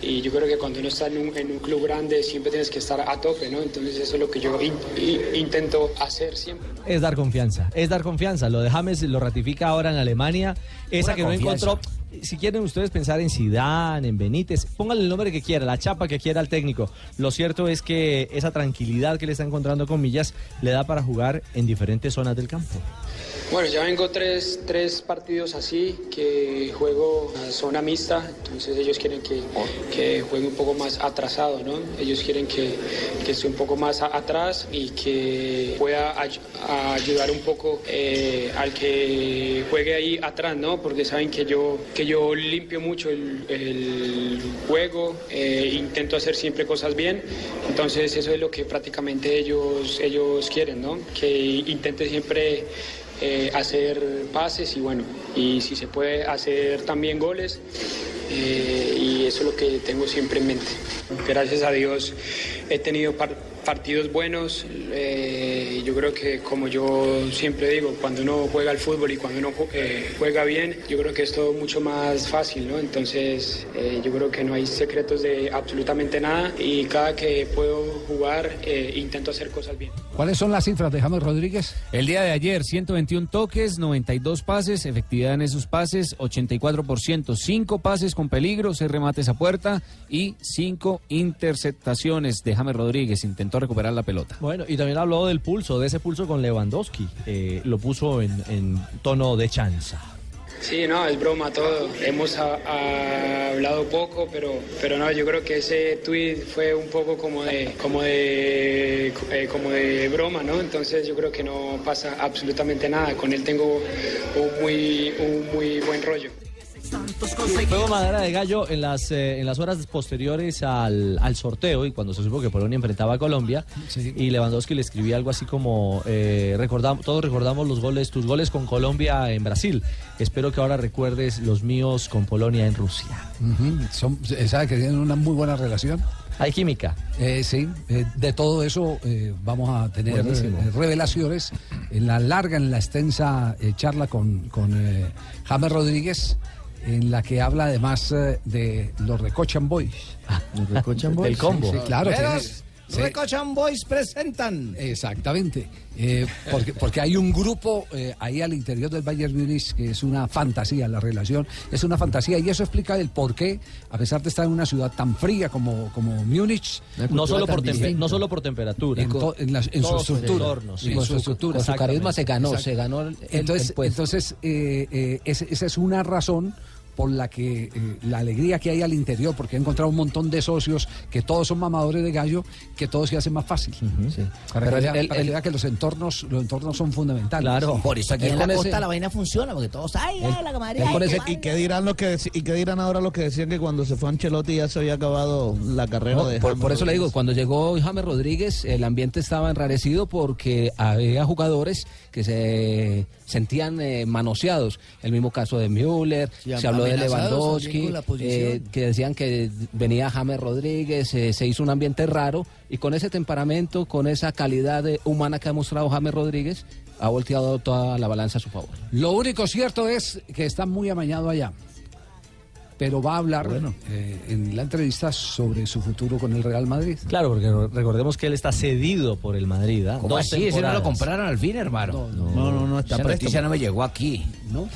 y yo creo que cuando uno está en un, en un club grande siempre tienes que estar a tope, ¿no? Entonces eso es lo que yo in- in- intento hacer siempre.
Es dar confianza, es dar confianza. Lo de James lo ratifica ahora en Alemania. Esa
Pura
que
confianza.
no encontró. Si quieren ustedes pensar en Zidane, en Benítez, pónganle el nombre que quiera, la chapa que quiera al técnico. Lo cierto es que esa tranquilidad que le está encontrando con Millas le da para jugar en diferentes zonas del campo.
Bueno, ya vengo tres, tres partidos así, que juego a zona mixta, entonces ellos quieren que, que juegue un poco más atrasado, ¿no? Ellos quieren que, que esté un poco más a- atrás y que pueda ay- a ayudar un poco eh, al que juegue ahí atrás, ¿no? Porque saben que yo, que yo limpio mucho el, el juego, eh, intento hacer siempre cosas bien, entonces eso es lo que prácticamente ellos, ellos quieren, ¿no? Que intente siempre eh, hacer pases y bueno, y si se puede hacer también goles eh, y eso es lo que tengo siempre en mente. Gracias a Dios he tenido par- partidos buenos, eh, y yo creo que como yo siempre digo, cuando uno juega al fútbol y cuando uno ju- eh, juega bien, yo creo que es todo mucho más fácil, ¿no? Entonces eh, yo creo que no hay secretos de absolutamente nada y cada que puedo jugar eh, intento hacer cosas bien.
¿Cuáles son las cifras de James Rodríguez?
El día de ayer, 121 toques, 92 pases, efectividad en esos pases, 84%, 5 pases con peligro, 6 remates a puerta y 5 interceptaciones de James Rodríguez. Intentó recuperar la pelota.
Bueno, y también habló del pulso, de ese pulso con Lewandowski. Eh, lo puso en, en tono de chanza.
Sí, no, es broma todo. Hemos a- a- hablado poco, pero, pero no, yo creo que ese tweet fue un poco como de, como de, eh, como de broma, ¿no? Entonces yo creo que no pasa absolutamente nada. Con él tengo un muy, un muy buen rollo.
Fue madera de gallo en las, eh, en las horas posteriores al, al sorteo y cuando se supo que Polonia enfrentaba a Colombia y Lewandowski le escribía algo así como eh, recordam- todos recordamos los goles, tus goles con Colombia en Brasil. Espero que ahora recuerdes los míos con Polonia en Rusia.
Ujú, son- eh, ¿Sabe que tienen una muy buena relación?
Hay química.
sí, eh, de todo eso eh, vamos a tener
Buenísimo.
eh, revelaciones en la larga, en la extensa eh, charla con, con eh, James Rodríguez, en la que habla además eh, de los Recochan Boys. ¿Los
Recochan Boys?
El combo.
Sí, sí, claro,
Veras, Recochan Boys presentan.
Exactamente. Eh, porque, porque hay un grupo eh, ahí al interior del Bayern Munich que es una fantasía, la relación es una fantasía y eso explica el por qué, a pesar de estar en una ciudad tan fría como, como Múnich,
No solo, por tempe- no solo por temperatura,
en, to- en la- en su
todo
estructura.
entorno, sí.
en su estructura.
Con su carisma se ganó,
Exacto.
se ganó el- el-
entonces,
el puesto.
entonces eh, eh, es- esa es una razón por la que eh, la alegría que hay al interior, porque he encontrado un montón de socios que todos son mamadores de gallo, que todo se hace más fácil. Para,
Pero
que,
el-
vea-
el-
para que
el-
vea que los entornos, los entornos son fundamentales.
Por eso
aquí
Él
en la
con ese-
costa
La vaina funciona porque todos, ay, ay, la camarera, ay, qué
¿Y qué dirán los que deci- y qué dirán ahora los que decían que cuando se fue Ancelotti ya se había acabado la carrera
No,
de
por,
James
por eso le digo,
Rodríguez?
cuando llegó James Rodríguez, el ambiente estaba enrarecido porque había jugadores que se sentían eh, manoseados. El mismo caso de Müller,
Sí,
se habló de
amenazados también
Lewandowski,
con la posición.
eh, que decían que venía James Rodríguez, eh, se hizo un ambiente raro y con ese temperamento, con esa calidad eh, humana que ha mostrado James Rodríguez, ha volteado toda la balanza a su favor.
Lo único cierto es que está muy amañado allá. Pero va a hablar eh, en la entrevista sobre su futuro con el Real Madrid.
Claro, porque re- recordemos que él está cedido por el Madrid. ¿ah?
¿Cómo
Dos
así? Ese no
temporadas.
lo compraron
al fin, hermano.
No, no, no, está
Esa
préstamo.
noticia no me llegó aquí.
¿No?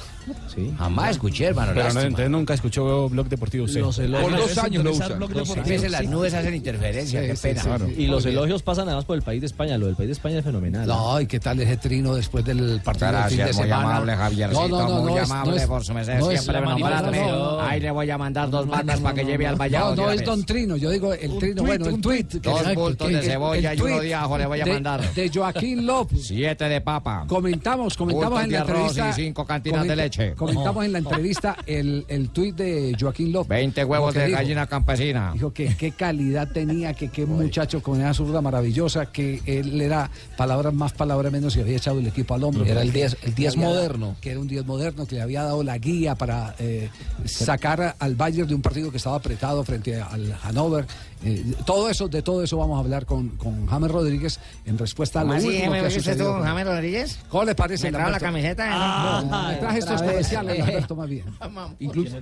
Sí. Jamás escuché, hermano.
Pero no,
lástima.
entonces nunca escuchó Blog Deportivo usted.
Los elogios.
Por dos
Desinteresar
años lo
Blog
usa.
Deportivo.
Dos
A
años.
veces las nubes hacen interferencia, qué pena.
Y los elogios pasan además por el país de España. Lo del país de España es fenomenal. ¿ah?
No, y qué tal ese trino después del partido del fin de
Gracias, muy
semana.
amable, Javiercito,
no
muy
es-
amable
no es-
por su merced,
no es
siempre
la
me
manipulación,
nombraste.
no, no.
Ahí le
voy a mandar dos bandas para que lleve al
No,
Vallado.
no
pues.
es Don Trino, yo digo el Trino,
tuit,
bueno, el
un
tweet.
tuit. Dos bultos de cebolla y uno de ajo le voy a mandar.
De Joaquín López.
Siete de papa.
Comentamos, comentamos
Bultos
en
de
la
arroz
entrevista.
y cinco cantinas de leche.
Comentamos
No.
en la entrevista el, el tuit de Joaquín López.
Veinte huevos
Lo que
de
dijo.
gallina campesina.
Dijo que qué calidad tenía, que qué muchacho con esa zurda maravillosa, que él era palabras más, palabras menos y había echado el equipo al hombro.
Era el
Que-
10 el
que
10
había-
moderno.
Que era un 10 moderno, que le había dado la guía para eh, sacar a- al Bayern de un partido que estaba apretado frente al Hannover. Eh, todo eso, de todo eso vamos a hablar con, con James Rodríguez en respuesta a lo
¿Cómo así,
último
James
que ha
Rodríguez? ¿Usted
sucedido.
estuvo con James
Rodríguez? ¿Cómo le parece?
¿Me trajo la
Lamberto?
camiseta?
Ah,
No.
me traje estos
Otra vez.
comerciales, Lamberto, más bien.
Incluso.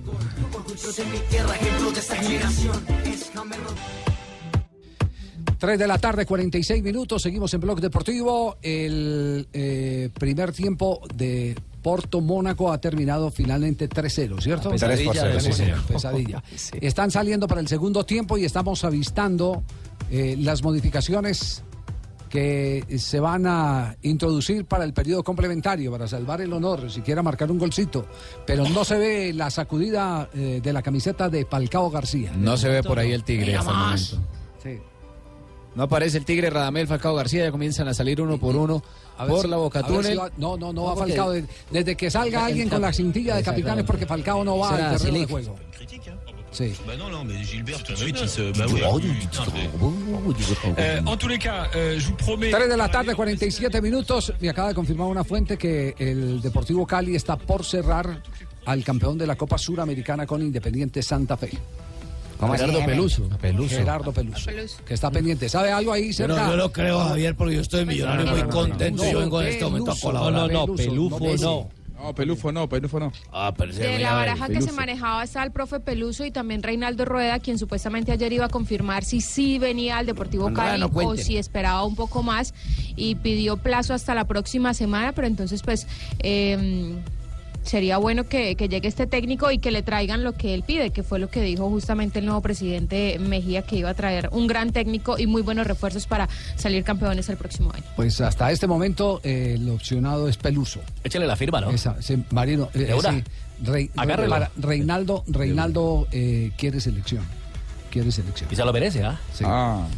Tres de la tarde, 46 minutos. Seguimos en Blog Deportivo. El eh, primer tiempo de Porto Mónaco ha terminado finalmente 3-0, ¿cierto?
La pesadilla Tres por cero,
de
sí,
Mónaco,
señor.
Pesadilla. Están saliendo para el segundo tiempo y estamos avistando eh, las modificaciones que se van a introducir para el periodo complementario, para salvar el honor, siquiera marcar un golcito. Pero no se ve la sacudida eh, de la camiseta de Palcao García.
No se ve por ahí el tigre hasta el momento.
Sí.
No aparece el tigre Radamel Falcao García, ya comienzan a salir uno por uno
A ver
por
si-
la
a
boca
ver
túnel.
si va- no, no, no va
porque-
Falcao. De- Desde que salga
El
alguien con
cap-
la cintilla de capitán es porque Falcao no va
Será
al terreno de
Silic.
juego. Sí.
Bah en tous les cas, euh, je vous promets.
3 de la tarde, 47 minutos. Me acaba de confirmar una fuente que el Deportivo Cali está por cerrar al campeón de la Copa Suramericana con Independiente Santa Fe.
¿Cómo Gerardo así, Jaime? Peluso. Peluso.
Gerardo Peluso. Que está pendiente. ¿Sabe algo ahí
Yo no-
cerca?
yo no creo, Javier,
porque yo estoy
millonario, muy contento, yo vengo en este momento a colaborar. No, no, no, Pelufo no.
No, Pelufo no, Pelufo no.
Ah, pero
De la baraja que se manejaba está el profe Peluso y también Reinaldo Rueda, quien supuestamente ayer iba a confirmar si sí venía al Deportivo
Con Rueda
Cali
no
o
cuenten.
si esperaba un poco más y pidió plazo hasta la próxima semana, pero entonces pues eh, sería bueno que, que llegue este técnico y que le traigan lo que él pide, que fue lo que dijo justamente el nuevo presidente Mejía, que iba a traer un gran técnico y muy buenos refuerzos para salir campeones el próximo año.
Pues hasta este momento eh, el opcionado es Peluso.
Échale la firma, ¿no?
Esa, sí, Marino. eh,
De una.
sí, Rey-
Agárrelo.
para- Reinaldo, Reinaldo eh, quiere selección. Quiere selección.
Y se lo merece, ¿ah?
Sí.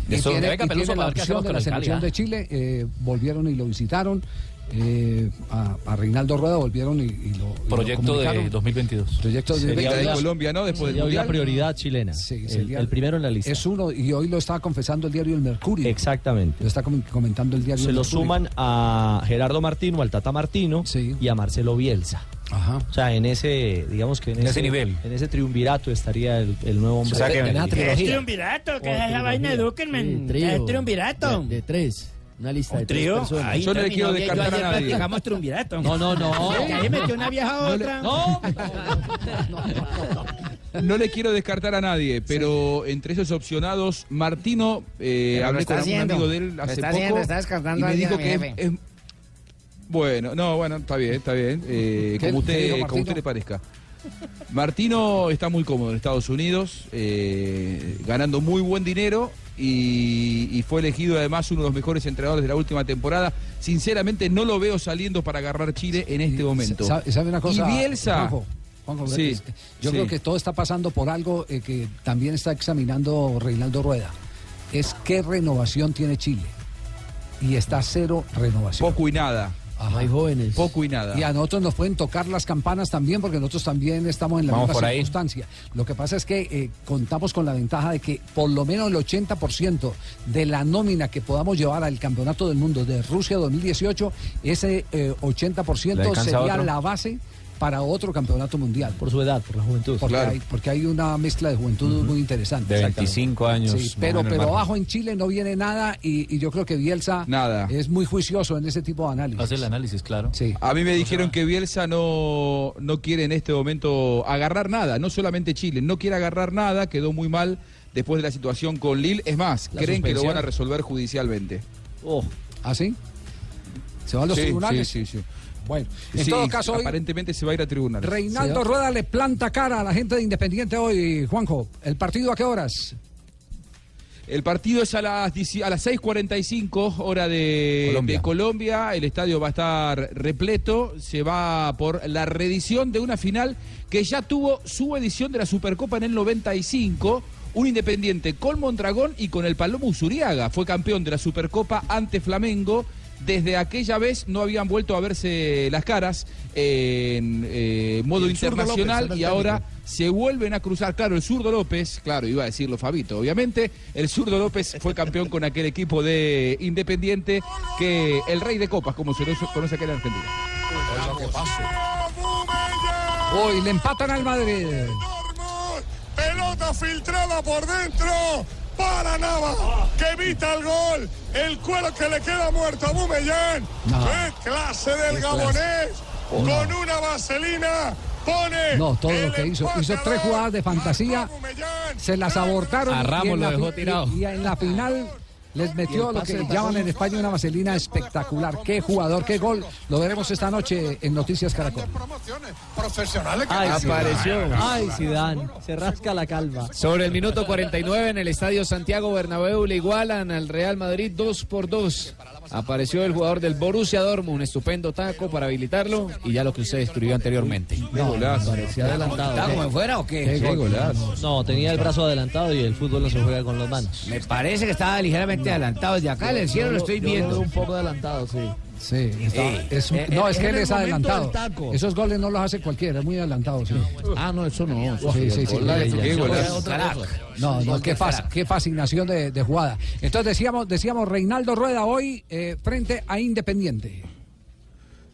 De
y
eso,
tiene,
que venga
y
Peluso
tiene la
para ver qué
opción
hacemos
de
con
la
el Cali,
selección
¿ah?
de Chile. eh, volvieron y lo visitaron. eh, a, a Reinaldo Rueda volvieron y, y lo. y lo
Proyecto de
comunicaron.
2022.
Proyecto de
Sería
2022.
una- sería una prioridad
chilena.
Sí,
El-
sería-
el primero en la lista.
Es uno, y hoy lo está confesando el diario El Mercurio. Exactamente. Lo está com- comentando el diario
Se
El
lo
Mercurio.
suman a Gerardo Martino, al Tata Martino y a Marcelo Bielsa. O sea, en ese, digamos que en,
En ese nivel.
En ese triunvirato estaría el, el nuevo hombre.
O sea, que-
En la
Es
trilogía.
triunvirato,
que es esa vaina,
edúquenme.
trío. Es
triunvirato. De, de tres. Una lista de tres
trío?
personas.
Ahí Yo no le terminó quiero bien, yo descartar ayer a nadie.
Digamos
practicamos
triunvirato.
No, no, no.
Que ahí metió una vieja a otra.
No,
No le quiero descartar a nadie, pero entre esos opcionados, Martino, eh,
Pero lo
hablé
está
con
haciendo.
un amigo de él
Lo
hace
está
poco.
haciendo, está descartando
y
a
me
alguien
dijo
a
que
mi
es- es- Bueno, no, bueno, está bien, está bien. eh,
¿Qué-
como
qué dijo
usted, como
Martino?
usted le parezca. Martino está muy cómodo en Estados Unidos, eh, ganando muy buen dinero y, y fue elegido además uno de los mejores entrenadores de la última temporada. Sinceramente no lo veo saliendo para agarrar Chile en este momento.
¿Sabe, sabe una cosa?
Y Bielsa.
Juanjo, Juanjo,
Sí,
es- este, yo
sí.
creo que todo está pasando por algo eh, que también está examinando Reinaldo Rueda. Es qué renovación tiene Chile. Y está cero renovación.
Poco y nada.
hay jóvenes.
Poco y nada.
Y a nosotros nos pueden tocar las campanas también, porque nosotros también estamos en la
Vamos
misma
por ahí.
circunstancia. Lo que pasa es que eh, contamos con la ventaja de que por lo menos el 80% de la nómina que podamos llevar al Campeonato del Mundo de Rusia 2018, ese eh,
¿Le
80%
alcanza
sería
otro?
la base para otro campeonato mundial.
Por su edad, por la
Este
juventud.
Porque,
Claro.
hay, porque hay una mezcla de juventud muy interesante.
De
Exactamente.
25 años,
Sí,
más o
pero
menos,
pero
Marco.
abajo en Chile no viene nada y, y yo creo que Bielsa
Nada.
es muy juicioso en ese tipo de análisis.
Hace el
análisis, claro.
Sí.
A mí me dijeron que Bielsa no, no quiere en este momento agarrar nada, no solamente Chile, no quiere agarrar nada, quedó muy mal después de la situación con Lille. Es más,
La
creen que lo
suspensión.
van a resolver judicialmente.
¿Ah, sí? ¿Se va a los
Sí,
tribunales?
Sí, sí, sí.
Bueno, en
Sí,
todo caso, hoy
aparentemente se va a ir a tribunales.
Reinaldo Rueda le planta cara a la gente de Independiente hoy, Juanjo. ¿El partido a qué horas?
El partido es a las, 10 a las 6.45 hora de de Colombia. El estadio va a estar repleto. Se va por la reedición de una final que ya tuvo su edición de la Supercopa en el 95. Un independiente con Mondragón y con el Palomo Usuriaga. Fue campeón de la Supercopa ante Flamengo. Desde aquella vez no habían vuelto a verse las caras en eh, modo
Y el zurdo
internacional
López,
y
era el
ahora
técnico.
se vuelven a cruzar. Claro, el zurdo López, claro, iba a decirlo Fabito, obviamente. El zurdo López fue campeón con aquel equipo de Independiente, que el rey de copas, como se lo conoce acá en Argentina.
Hoy le empatan al Madrid.
Pelota filtrada por dentro para Nava, que evita el gol. El cuero que le queda muerto a Bumellán.
No.
¡Qué clase del
Qué clase.
gabonés!
Oh, no.
Con una vaselina pone.
No, todo
el
lo que hizo.
empate
Hizo
a
tres
dos.
jugadas de fantasía, se las abortaron.
A
y
Ramos
en
lo
la
dejó
fi-
tirado.
Y, y en la final les metió lo que llaman en España una vaselina espectacular. Qué jugador, qué gol. Lo veremos esta noche en Noticias Caracol.
Profesionales que
ah,
Ay,
no-
apareció.
Ay, Zidane, se rasca la calva.
Sobre el minuto 49 en el estadio Santiago Bernabéu le igualan al Real Madrid 2 por 2. Apareció el jugador del Borussia Dortmund, estupendo taco para habilitarlo y ya lo que usted describió anteriormente.
Parecía adelantado.
¿Está como fuera o qué? Qué golazo.
No, tenía el brazo adelantado y el fútbol no se juega con las manos.
Me parece que estaba ligeramente adelantado. Desde acá en el cielo lo estoy viendo.
un poco adelantado, sí.
Sí, está-
Eh,
es-
eh,
no, es
eh,
que
en
él
el
es
momento
adelantado.
del taco.
Esos goles no los hace cualquiera, es muy adelantado. sí.
Ah, no, eso no. eso
Sí, sí, sí.
Hola,
Qué
qué
golazo.
Carac.
No, no,
Gol
qué,
de
fas-
crack.
qué fascinación de, de jugada. Entonces decíamos, decíamos Reinaldo Rueda hoy eh, frente a Independiente.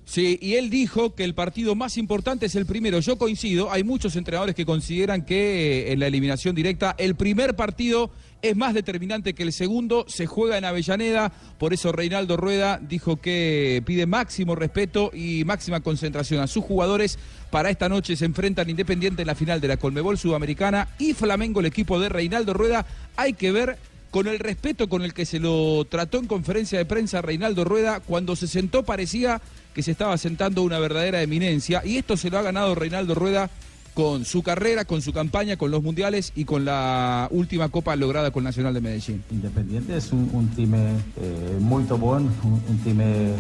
Sí, y él dijo que el partido más importante es el primero. Yo coincido, hay muchos entrenadores que consideran que eh, en la eliminación directa el primer partido es más determinante que el segundo, se juega en Avellaneda, por eso Reinaldo Rueda dijo que pide máximo respeto y máxima concentración a sus jugadores. Para esta noche se enfrentan Independiente en la final de la Colmebol Sudamericana y Flamengo, el equipo de Reinaldo Rueda. Hay que ver con el respeto con el que se lo trató en conferencia de prensa Reinaldo Rueda, cuando se sentó parecía que se estaba sentando una verdadera eminencia, y esto se lo ha ganado Reinaldo Rueda con su carrera, con su campaña, con los mundiales y con la última copa lograda con Nacional de Medellín.
Independiente es un, un team eh, molto buono, un, un team eh,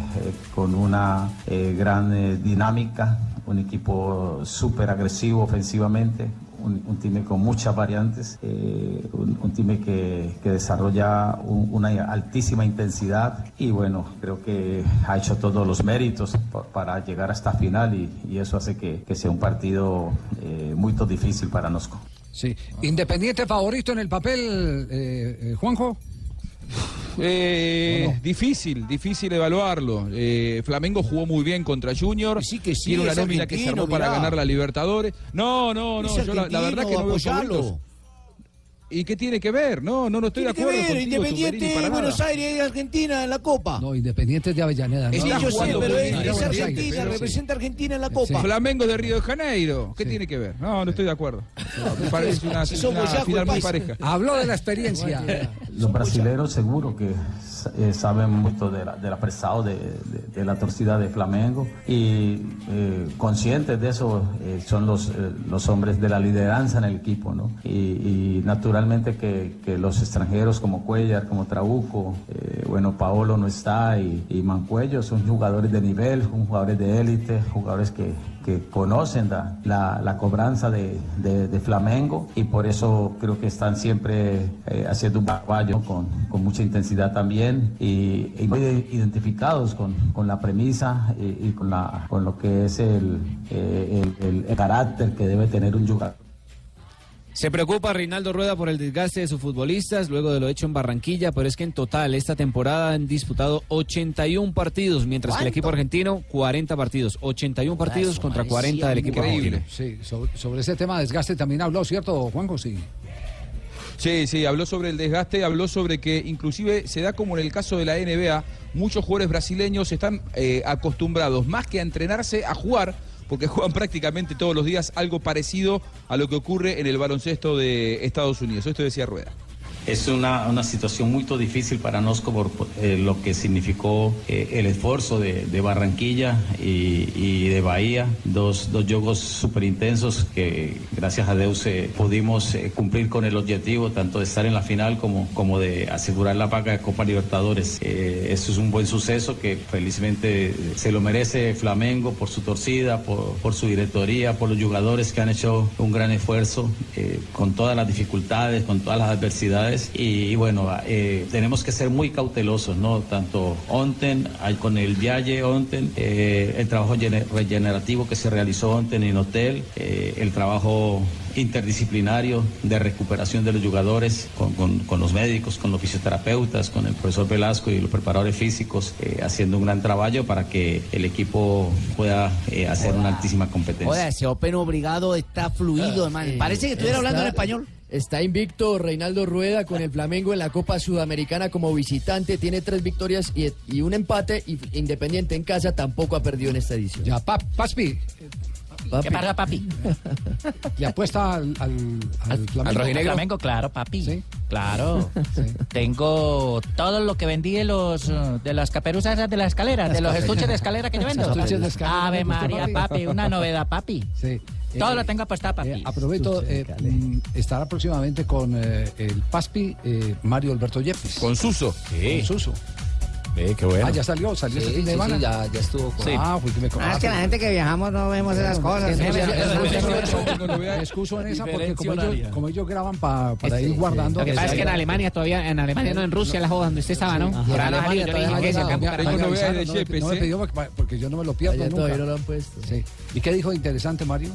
con una eh, gran eh, dinámica, un equipo súper agresivo ofensivamente, un, un team con muchas variantes, eh, un, un team que, que desarrolla un- una altísima intensidad y bueno, creo que ha hecho todos los méritos pa- para llegar a esta final y, y eso hace que, que sea un partido eh, muy difícil para nosotros.
Sí. Independiente favorito en el papel, eh, eh, Juanjo.
Eh, Difícil, difícil evaluarlo. Eh, Flamengo jugó muy bien contra Junior. Sí que
sí,
Tiene una
es
nómina que se
argentino,
armó para
mirá.
ganar la Libertadores. No, no, no.
Es
Yo la, la verdad que no veo
argentino,
favoritos.
apoyalo.
¿Y qué tiene que ver? No, no, no estoy de
Tiene que
acuerdo.
ver,
contigo,
Independiente
Tumberini, para
de Buenos
nada.
Aires, Argentina en la Copa.
No, Independiente de Avellaneda.
Sí,
no,
yo sé,
jugando
pero
con
es,
Buenos
es
Aires,
Argentina,
pero sí.
representa a Argentina en la
Sí.
Copa.
Flamengo de Río de Janeiro. ¿Qué tiene que ver? No, no estoy de acuerdo. Me parece una,
Si somos
una
yaco,
final muy
paisa.
pareja.
Habló de la experiencia.
Los brasileños seguro que sa- eh, saben mucho de la, de la presa- de, de- de la torcida de Flamengo y eh, conscientes de eso eh, son los, eh, los hombres de la lideranza en el equipo, ¿no? Y, y naturalmente que, que los extranjeros como Cuellar, como Trabuco, eh, bueno, Paolo no está y, y Mancuello son jugadores de nivel, son jugadores de élite, jugadores que, que conocen la, la- la cobranza de, de- de Flamengo y por eso creo que están siempre eh, haciendo un caballo con, con mucha intensidad también y, y muy identificados con, con la premisa y, y con, la, con lo que es el, eh, el- el- el carácter que debe tener un jugador.
Se preocupa Reinaldo Rueda por el desgaste de sus futbolistas luego de lo hecho en Barranquilla, pero es que en total esta temporada han disputado 81 partidos, mientras que el equipo argentino 40 partidos. 81 partidos contra 40 del equipo argentino.
Sí, sobre, sobre ese tema de desgaste también habló, ¿cierto, Juanjo? Sí.
Sí, sí, habló sobre el desgaste, habló sobre que inclusive se da como en el caso de la NBA, muchos jugadores brasileños están eh, acostumbrados más que a entrenarse a jugar, porque juegan prácticamente todos los días algo parecido a lo que ocurre en el baloncesto de Estados Unidos. Esto decía Rueda.
Es una, una situación muy difícil para nosotros por eh, lo que significó eh, el esfuerzo de, de Barranquilla y, y de Bahía, dos, dos juegos súper intensos que gracias a Dios eh, pudimos eh, cumplir con el objetivo tanto de estar en la final como, como de asegurar la paga de Copa Libertadores. Eh, eso es un buen suceso que felizmente eh, se lo merece Flamengo por su torcida, por, por su directoría, por los jugadores que han hecho un gran esfuerzo eh, con todas las dificultades, con todas las adversidades. Y, y bueno, eh, tenemos que ser muy cautelosos, ¿no? Tanto Onten, al- con el viaje Onten, eh, el trabajo gene- regenerativo que se realizó Onten en hotel, eh, el trabajo interdisciplinario de recuperación de los jugadores con, con- con los médicos, con los fisioterapeutas, con el profesor Velasco y los preparadores físicos, eh, haciendo un gran trabajo para que el equipo pueda eh, hacer una altísima competencia.
Oiga, ese Open obligado está fluido, hermano. Parece que estuviera hablando en español.
Ah, Está invicto Reinaldo Rueda con el Flamengo en la Copa Sudamericana como visitante. Tiene tres victorias y, y un empate. Y Independiente en casa tampoco ha perdido en esta edición.
Ya, pap, Paspi.
Papi.
papi? ¿Le apuesta al, al, al Flamengo?
Al rojinegro Flamengo, claro, papi. Claro. Tengo todo lo que vendí de los eh, de las caperuzas esas de la escalera, de los estuches de escalera que yo
Los
vendo.
estuches de escalera.
Ave María, papi, una novedad, papi.
Sí.
Todo
Eh,
lo tengo apostado, papi.
Aprovecho, eh, mm, estará próximamente con eh, el Paspi eh, Mario Alberto Yepes. Con
Suso.
Con Suso.
Eh, qué bueno.
Ah, ya salió, salió
Sí,
este fin de
sí,
semana.
sí, ya- ya estuvo con- Sí.
Ah, pues que me
Ah, es que la gente que viajamos no vemos esas cosas.
Me
Déjeme-
me excuso en esa porque como ellos, como ellos graban pa- para ir guardando.
Lo que pasa es que en
Sí.
Alemania todavía, en Alemania no, en Rusia, la joda donde usted estaba, ¿no?
Ajá.
Por ahí no
Alemania
salió, yo le
todavía
dije
no
que
ha
se acá en
llegado. Me
Bucaramanga.
avisaron, no me- No me pidió pa- porque yo no me lo pierdo
Allá
nunca.
todavía no lo han puesto.
Sí. ¿Y qué dijo de interesante, Mario?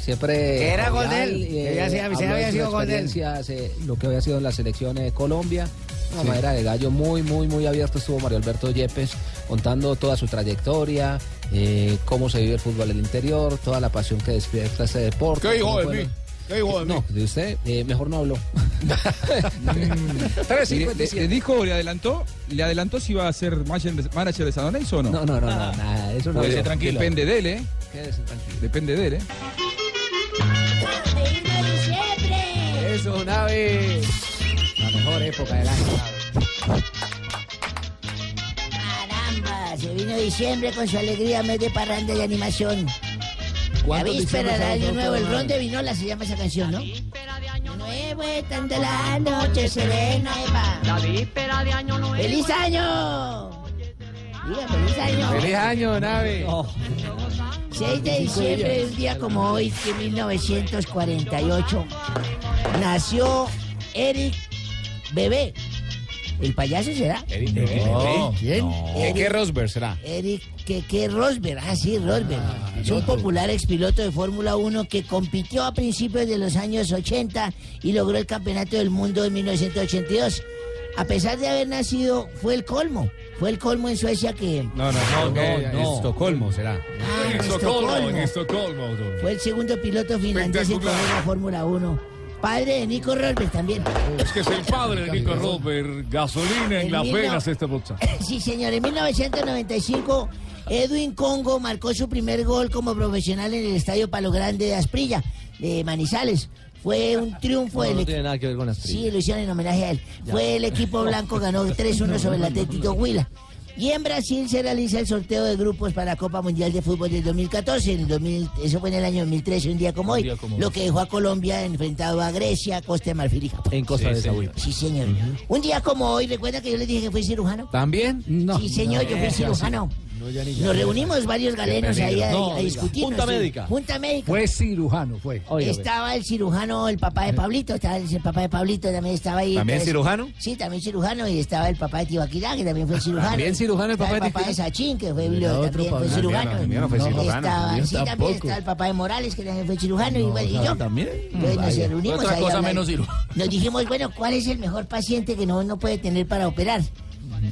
Siempre.
Era gol
cordial,
de él, que
eh,
había sido-
habló
había
de sus
sido gol de él.
experiencias, eh, lo que había sido en la selección de Colombia. Una
Sí.
manera de gallo muy, muy, muy abierto estuvo Mario Alberto Yepes contando toda su trayectoria, eh, cómo se vive el fútbol del interior, toda la pasión que despierta este deporte.
¿Qué dijo
cómo
de
fueron-
mí? ¿Qué dijo de mí?
No, de usted, eh, mejor no habló.
Mire, ¿Le, le dijo o le adelantó? ¿Le adelantó si iba a ser manager- manager de San Lorenzo o no?
No, no, no, no, nada, eso no.
Porque
habló.
Depende de él, ¿eh?
Quédese tranquilo.
Depende de él, ¿eh?
Eso, nave.
La mejor época del año.
Caramba, se vino diciembre con su alegría mes de parranda y animación. La víspera del año nuevo, el ron de vinola se llama esa canción, ¿no? Nuevo es tan de la noche serena, Eva. La víspera de año nuevo. ¡Feliz año! Diga, feliz año.
¡Feliz año, nave!
6 de diciembre, un día como hoy, de 1948, nació Eric Bebé. ¿El payaso será?
Eric,
No,
¿Quién?
Eric.
¿Qué Rosberg será?
Eric que, que Rosberg, ah sí, Rosberg, es un popular expiloto de Fórmula 1 que compitió a principios de los años 80 y logró el Campeonato del Mundo en 1982. A pesar de haber nacido, fue el colmo, fue el colmo en Suecia que
No, no, no, no,
no.
en Estocolmo será.
en Estocolmo.
en Estocolmo. doctor.
fue el segundo piloto finlandés en correr la Fórmula 1. Padre de Nico Rosberg también.
Es que es el padre de Nico Rosberg, gasolina en
El
Las
niño-
Vegas esta bolsa.
Sí, señor, en 1995 Edwin Congo marcó su primer gol como profesional en el Estadio Palo Grande de Asprilla, de Manizales. Fue un triunfo
No,
del
no
equipo.
tiene nada que ver con las trillas.
Sí, lo hicieron en homenaje a él. Fue el equipo blanco, ganó 3-1 sobre el Atlético Huila. Y en Brasil se realiza el sorteo de grupos para la Copa Mundial de Fútbol del 2014. En el 2000, eso fue en el año 2013, un día como
Un
hoy.
día como hoy.
lo que dejó a Colombia enfrentado a Grecia, Costa de Marfil y Japón.
En Costa
Sí,
de
señor.
Saúl.
Sí, señor. Un día como hoy, ¿recuerda que yo le dije que fui cirujano?
¿También? No.
Sí, señor, yo fui cirujano. Nos reunimos varios galenos ahí a,
No,
a
diga.
discutir.
Junta médica.
Junta médica.
Fue cirujano, Ah, fue.
estaba el cirujano, el papá de Pablito, estaba el, el papá de Pablito también estaba ahí.
¿También
Entonces,
cirujano?
Sí, también cirujano y estaba el papá de Tibaquirá, que también fue cirujano.
¿También cirujano el
Estaba
papá de
El papá de Sachín, que fue,
Mira,
lo-
otro
también fue
Pablito.
cirujano.
Mira, mira, no fue cirujano.
Estaba,
Yo
sí, también
tampoco.
estaba el papá de Morales, que también fue cirujano, igual, y yo. Entonces nos
Vaya.
reunimos
Otra
ahí a
cosa
hablar.
menos
Nos dijimos, bueno, ¿cuál es el mejor paciente que no, no puede tener para operar?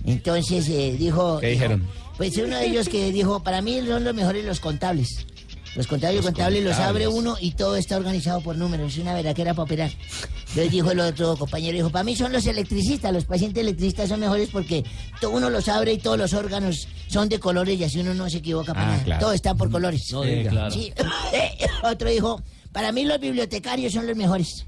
Entonces eh, dijo...
¿Qué
dijo,
dijeron?
Pues uno de ellos que dijo, para mí son los mejores los contables. Los contables,
Los
contables los abre
contables.
uno y todo está organizado por números. Es una veracera para operar. Entonces dijo el otro compañero, dijo, para mí son los electricistas. Los pacientes electricistas son mejores porque todo uno los abre y todos los órganos son de colores y así uno no se equivoca para
Ah,
nada.
claro.
Todo está por colores.
No diga. Sí, claro.
Sí. otro dijo, para mí los bibliotecarios son los mejores.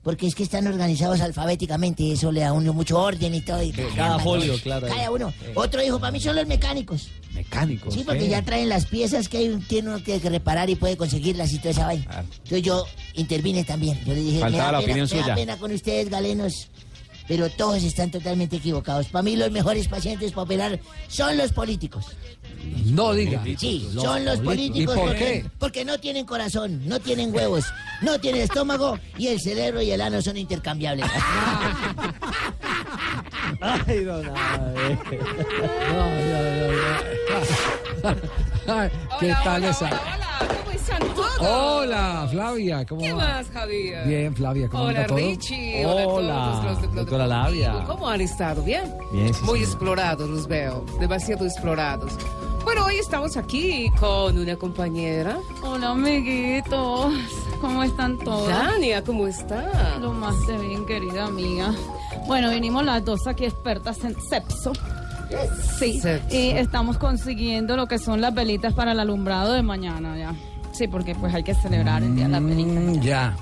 Porque es que están organizados alfabéticamente y eso le da a uno mucho orden y todo. Y pues,
Cada folio, claro.
Cada uno.
Sí.
Otro dijo, para mí son los mecánicos.
Mecánico.
Sí,
¿eh?
porque ya traen las piezas que hay- tiene uno que que reparar y puede conseguirlas y toda esa vaina. Entonces yo intervine también. Yo le dije,
Faltaba
me da
la
pena-
opinión
me da
suya.
pena con ustedes, galenos, pero todos están totalmente equivocados. Para mí los mejores pacientes para operar son los políticos.
No diga.
Sí, son los políticos.
¿Y por
porque-
qué?
Porque no tienen corazón, no tienen huevos, no tienen estómago y el cerebro y el ano son intercambiables.
Ay, no, no.
¿Qué tal esa?
¿Cómo están todos?
Hola, Flavia, ¿cómo
¿Qué
va?
más, Javier?
Bien, Flavia, ¿cómo
Hola,
anda todo?
Richie. Hola, a todos los- los- los-
doctora Labia.
¿Cómo han estado? ¿Bien?
Bien, sí,
Muy
señora.
explorados los veo, demasiado explorados. Bueno, hoy estamos aquí con una compañera.
Hola amiguitos, ¿cómo están todos?
Dania, ¿cómo está?
Lo más de bien, querida amiga. Bueno, vinimos las dos aquí expertas en sepso. Sí,
Sepso.
y estamos consiguiendo lo que son las velitas para el alumbrado de mañana ya. Sí, porque pues hay que celebrar el día de la velita.
mm,
Ya.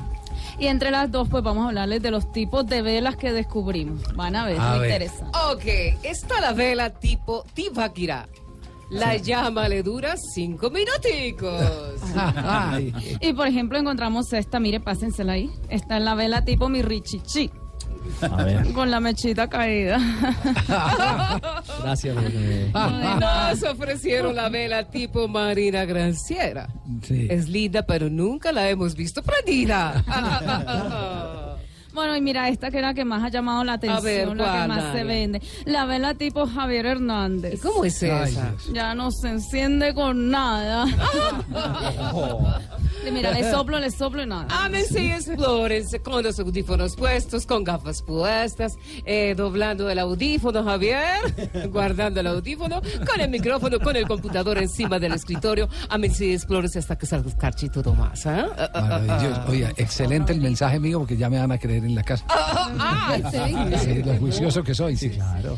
Y entre las dos pues vamos a hablarles de los tipos de velas que descubrimos. Van a ver, A me ver. interesa.
Ok, está la vela tipo Tibaquirá. La llama le dura cinco minuticos.
Y por ejemplo encontramos esta, mire, pásensela ahí. Esta es la vela tipo mi richichi.
A ver.
Con la mechita caída.
Gracias. porque-
Nos ofrecieron la vela tipo Marina Granciera. Es linda, pero nunca la hemos visto prendida.
Bueno, y mira, esta que es la que más ha llamado la atención,
ver,
la que
¿cuál,
más
Nadia?
se vende. La vela tipo Javier Hernández. ¿Y
cómo es Ay, esa?
Ya no se enciende con nada. Y mira, le soplo, le soplo y nada.
Ámense y explórense con los audífonos puestos, con gafas puestas, eh, doblando el audífono, Javier, guardando el audífono, con el micrófono, con el computador encima del escritorio. Ámense y explórense hasta que salga el carchito más. ¿eh? Ah, ah, ah,
Maravilloso.
ah.
Oye, excelente el mensaje mío porque ya me van a creer en la casa.
Ah, ah, ah, sí.
Sí, lo juicioso que soy, sí. Claro.